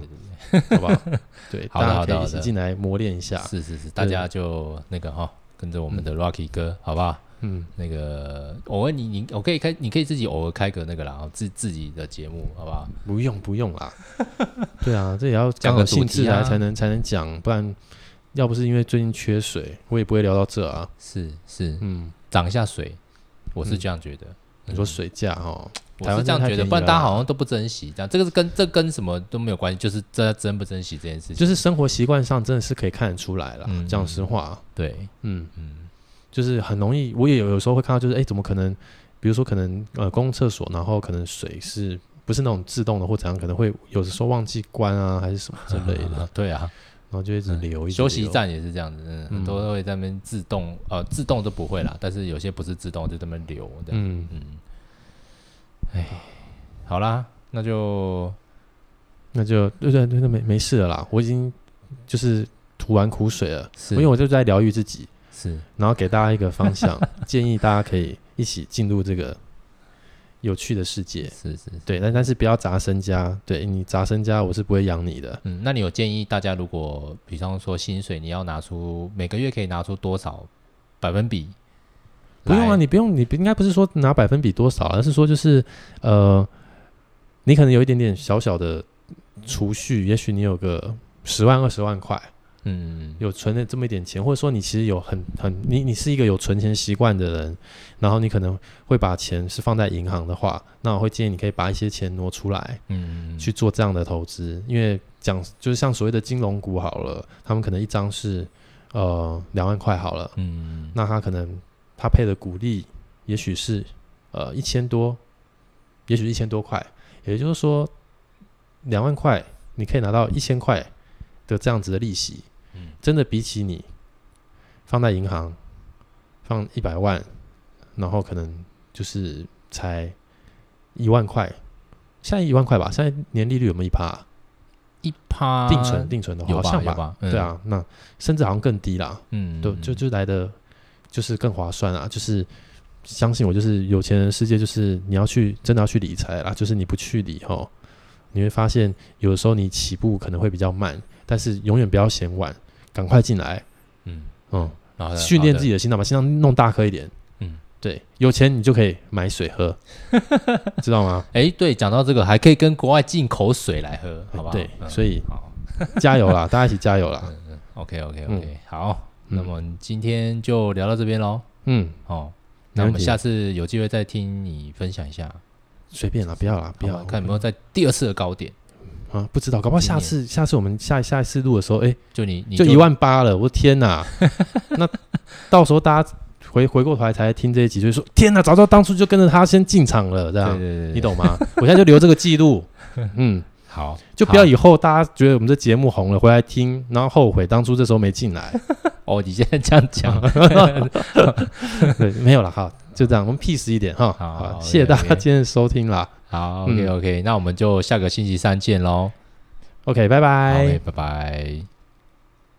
Speaker 2: 对对
Speaker 1: 好不好？ (laughs) 对，
Speaker 2: 嗯好的
Speaker 1: 大家
Speaker 2: 好的
Speaker 1: 可以一
Speaker 2: 好
Speaker 1: 起
Speaker 2: 的
Speaker 1: 进来磨练一下，。
Speaker 2: 是是是，大家就那个哈，跟着我们的 Rocky 哥，好不好？
Speaker 1: 嗯，
Speaker 2: 那个偶尔你你我可以开，你可以自己偶尔开个那个啦，哦自自己的节目，好不好？
Speaker 1: 不用不用啦。 (laughs) 对啊，这也要
Speaker 2: 讲
Speaker 1: 刚
Speaker 2: 个
Speaker 1: 好兴
Speaker 2: 主题
Speaker 1: 致来
Speaker 2: 啊
Speaker 1: 才能才能讲，不然要不是因为最近缺水，我也不会聊到这啊。
Speaker 2: 是是，
Speaker 1: 嗯，
Speaker 2: 涨一下水，我是
Speaker 1: 嗯
Speaker 2: 这样觉得。
Speaker 1: 你说水价哦，台
Speaker 2: 我
Speaker 1: 湾
Speaker 2: 是这样
Speaker 1: 真的太
Speaker 2: 觉得，
Speaker 1: 便宜
Speaker 2: 不然大
Speaker 1: 了
Speaker 2: 家好像都不珍惜，这样这个是跟这跟什么都没有关系，就是这真不珍惜这件事情。
Speaker 1: 就是生活习惯上真的是可以看得出来啦。
Speaker 2: 嗯
Speaker 1: 讲实话，
Speaker 2: 对，
Speaker 1: 嗯，
Speaker 2: 嗯，
Speaker 1: 就是很容易，我也有有时候会看到，就是哎，怎么可能？比如说可能呃公共厕所，然后可能水是不是那种自动的或怎样，可能会有的时候忘记关啊，还是什么之类的，然
Speaker 2: 对啊，
Speaker 1: 后就一直
Speaker 2: 嗯
Speaker 1: 流。一直
Speaker 2: 休息
Speaker 1: 流
Speaker 2: 站也是这样子，嗯，很多都会在那边自动，呃，自动都不会啦，但是有些不是自动就在那边流的，嗯
Speaker 1: 嗯，
Speaker 2: 嗯，哎，好啦，那就
Speaker 1: 那就对对对，那没没事了啦，我已经就是吐完苦水了，
Speaker 2: 是
Speaker 1: 因为我就在疗愈自己，
Speaker 2: 是
Speaker 1: 然后给大家一个方向， (laughs) 建议大家可以一起进入这个有趣的世界。
Speaker 2: 是是，
Speaker 1: 对，但但是不要砸身家，对你砸身家，我是不会养你的。
Speaker 2: 嗯，那你有建议大家如果比方说薪水你要拿出每个月可以拿出多少百分比
Speaker 1: 不
Speaker 2: 来？
Speaker 1: 用啊，你不用，你不应该不是说拿百分比多少，而是说就是呃，你可能有一点点小小的储蓄，也许你有个十万二十万块，
Speaker 2: 嗯，
Speaker 1: 有存了这么一点钱，或者说你其实有很很你你是一个有存钱习惯的人，然后你可能会把钱是放在银行的话，那我会建议你可以把一些钱挪出来
Speaker 2: 嗯，
Speaker 1: 去做这样的投资，因为讲就是像所谓的金融股好了，他们可能一张是呃两万块好了，
Speaker 2: 嗯，
Speaker 1: 那他可能他配的股利也许是呃一千多，也许一千多块，也就是说两万块你可以拿到一千块的这样子的利息，
Speaker 2: 嗯
Speaker 1: 真的比起你放在银行放一百万，然后可能就是才一万块，现在一万块吧，现在年利率有没有一趴啊、
Speaker 2: 一趴
Speaker 1: 定存定存的话
Speaker 2: 啊有
Speaker 1: 好
Speaker 2: 吧
Speaker 1: 像
Speaker 2: 有吧，嗯
Speaker 1: 对，啊，那甚至好像更低啦，
Speaker 2: 嗯，
Speaker 1: 对，就就来的就是更划算啊，就是相信我，就是有钱人世界，就是你要去真的要去理财啦，就是你不去理吼，你会发现有的时候你起步可能会比较慢，但是永远不要嫌晚，赶快进来，
Speaker 2: 嗯，
Speaker 1: 嗯，
Speaker 2: 然后
Speaker 1: 训练自己，的心脏，把心脏弄大颗一点，
Speaker 2: 嗯，
Speaker 1: 对，有钱你就可以买水
Speaker 2: (laughs)
Speaker 1: 喝，知道吗？
Speaker 2: 哎，对，讲到这个还可以跟国外进口水来喝，好不好？
Speaker 1: 对，
Speaker 2: 嗯
Speaker 1: 所以
Speaker 2: 好
Speaker 1: (laughs) 加油啦，大家一起加油啦，
Speaker 2: ，OK OK
Speaker 1: 嗯
Speaker 2: OK，好，
Speaker 1: 嗯
Speaker 2: 那么今天就聊到这边喽，
Speaker 1: 嗯，
Speaker 2: 哦，
Speaker 1: 没
Speaker 2: 那我
Speaker 1: 问
Speaker 2: 们
Speaker 1: 题，
Speaker 2: 下次有机会再听你分享一下，
Speaker 1: 随便啦，不要啦，不
Speaker 2: 好
Speaker 1: 要
Speaker 2: 吧，看有没
Speaker 1: 我
Speaker 2: 有在第二次的高点，
Speaker 1: 啊，不知道，搞不好
Speaker 2: 今
Speaker 1: 下
Speaker 2: 年
Speaker 1: 次下次我们下下一次录的时候，哎、
Speaker 2: 就你你
Speaker 1: 就一万八了，我的天
Speaker 2: (laughs)
Speaker 1: 哪！那到时候大家回回过头来才听这一集，就会说天哪，早知道当初就跟着他先进场了，这
Speaker 2: 对
Speaker 1: 样
Speaker 2: 对对，对
Speaker 1: 啊你。懂吗？我现在就留这个记
Speaker 2: (laughs)
Speaker 1: 录，嗯，
Speaker 2: 好，
Speaker 1: 就不要以后大家觉得我们这节目红了回来听，然后后悔当初这时候没进来。 (laughs)
Speaker 2: 哦，你现在这样讲，
Speaker 1: 对，没有了哈，就这样，我们 peace 一点哈。
Speaker 2: 好
Speaker 1: 好，
Speaker 2: 好
Speaker 1: 谢谢大家
Speaker 2: OK，OK
Speaker 1: 今天的收听啦。
Speaker 2: 好
Speaker 1: 嗯
Speaker 2: ，OK OK，那我们就下个星期三见喽。
Speaker 1: OK，拜
Speaker 2: 好
Speaker 1: 拜。
Speaker 2: ，OK，拜拜。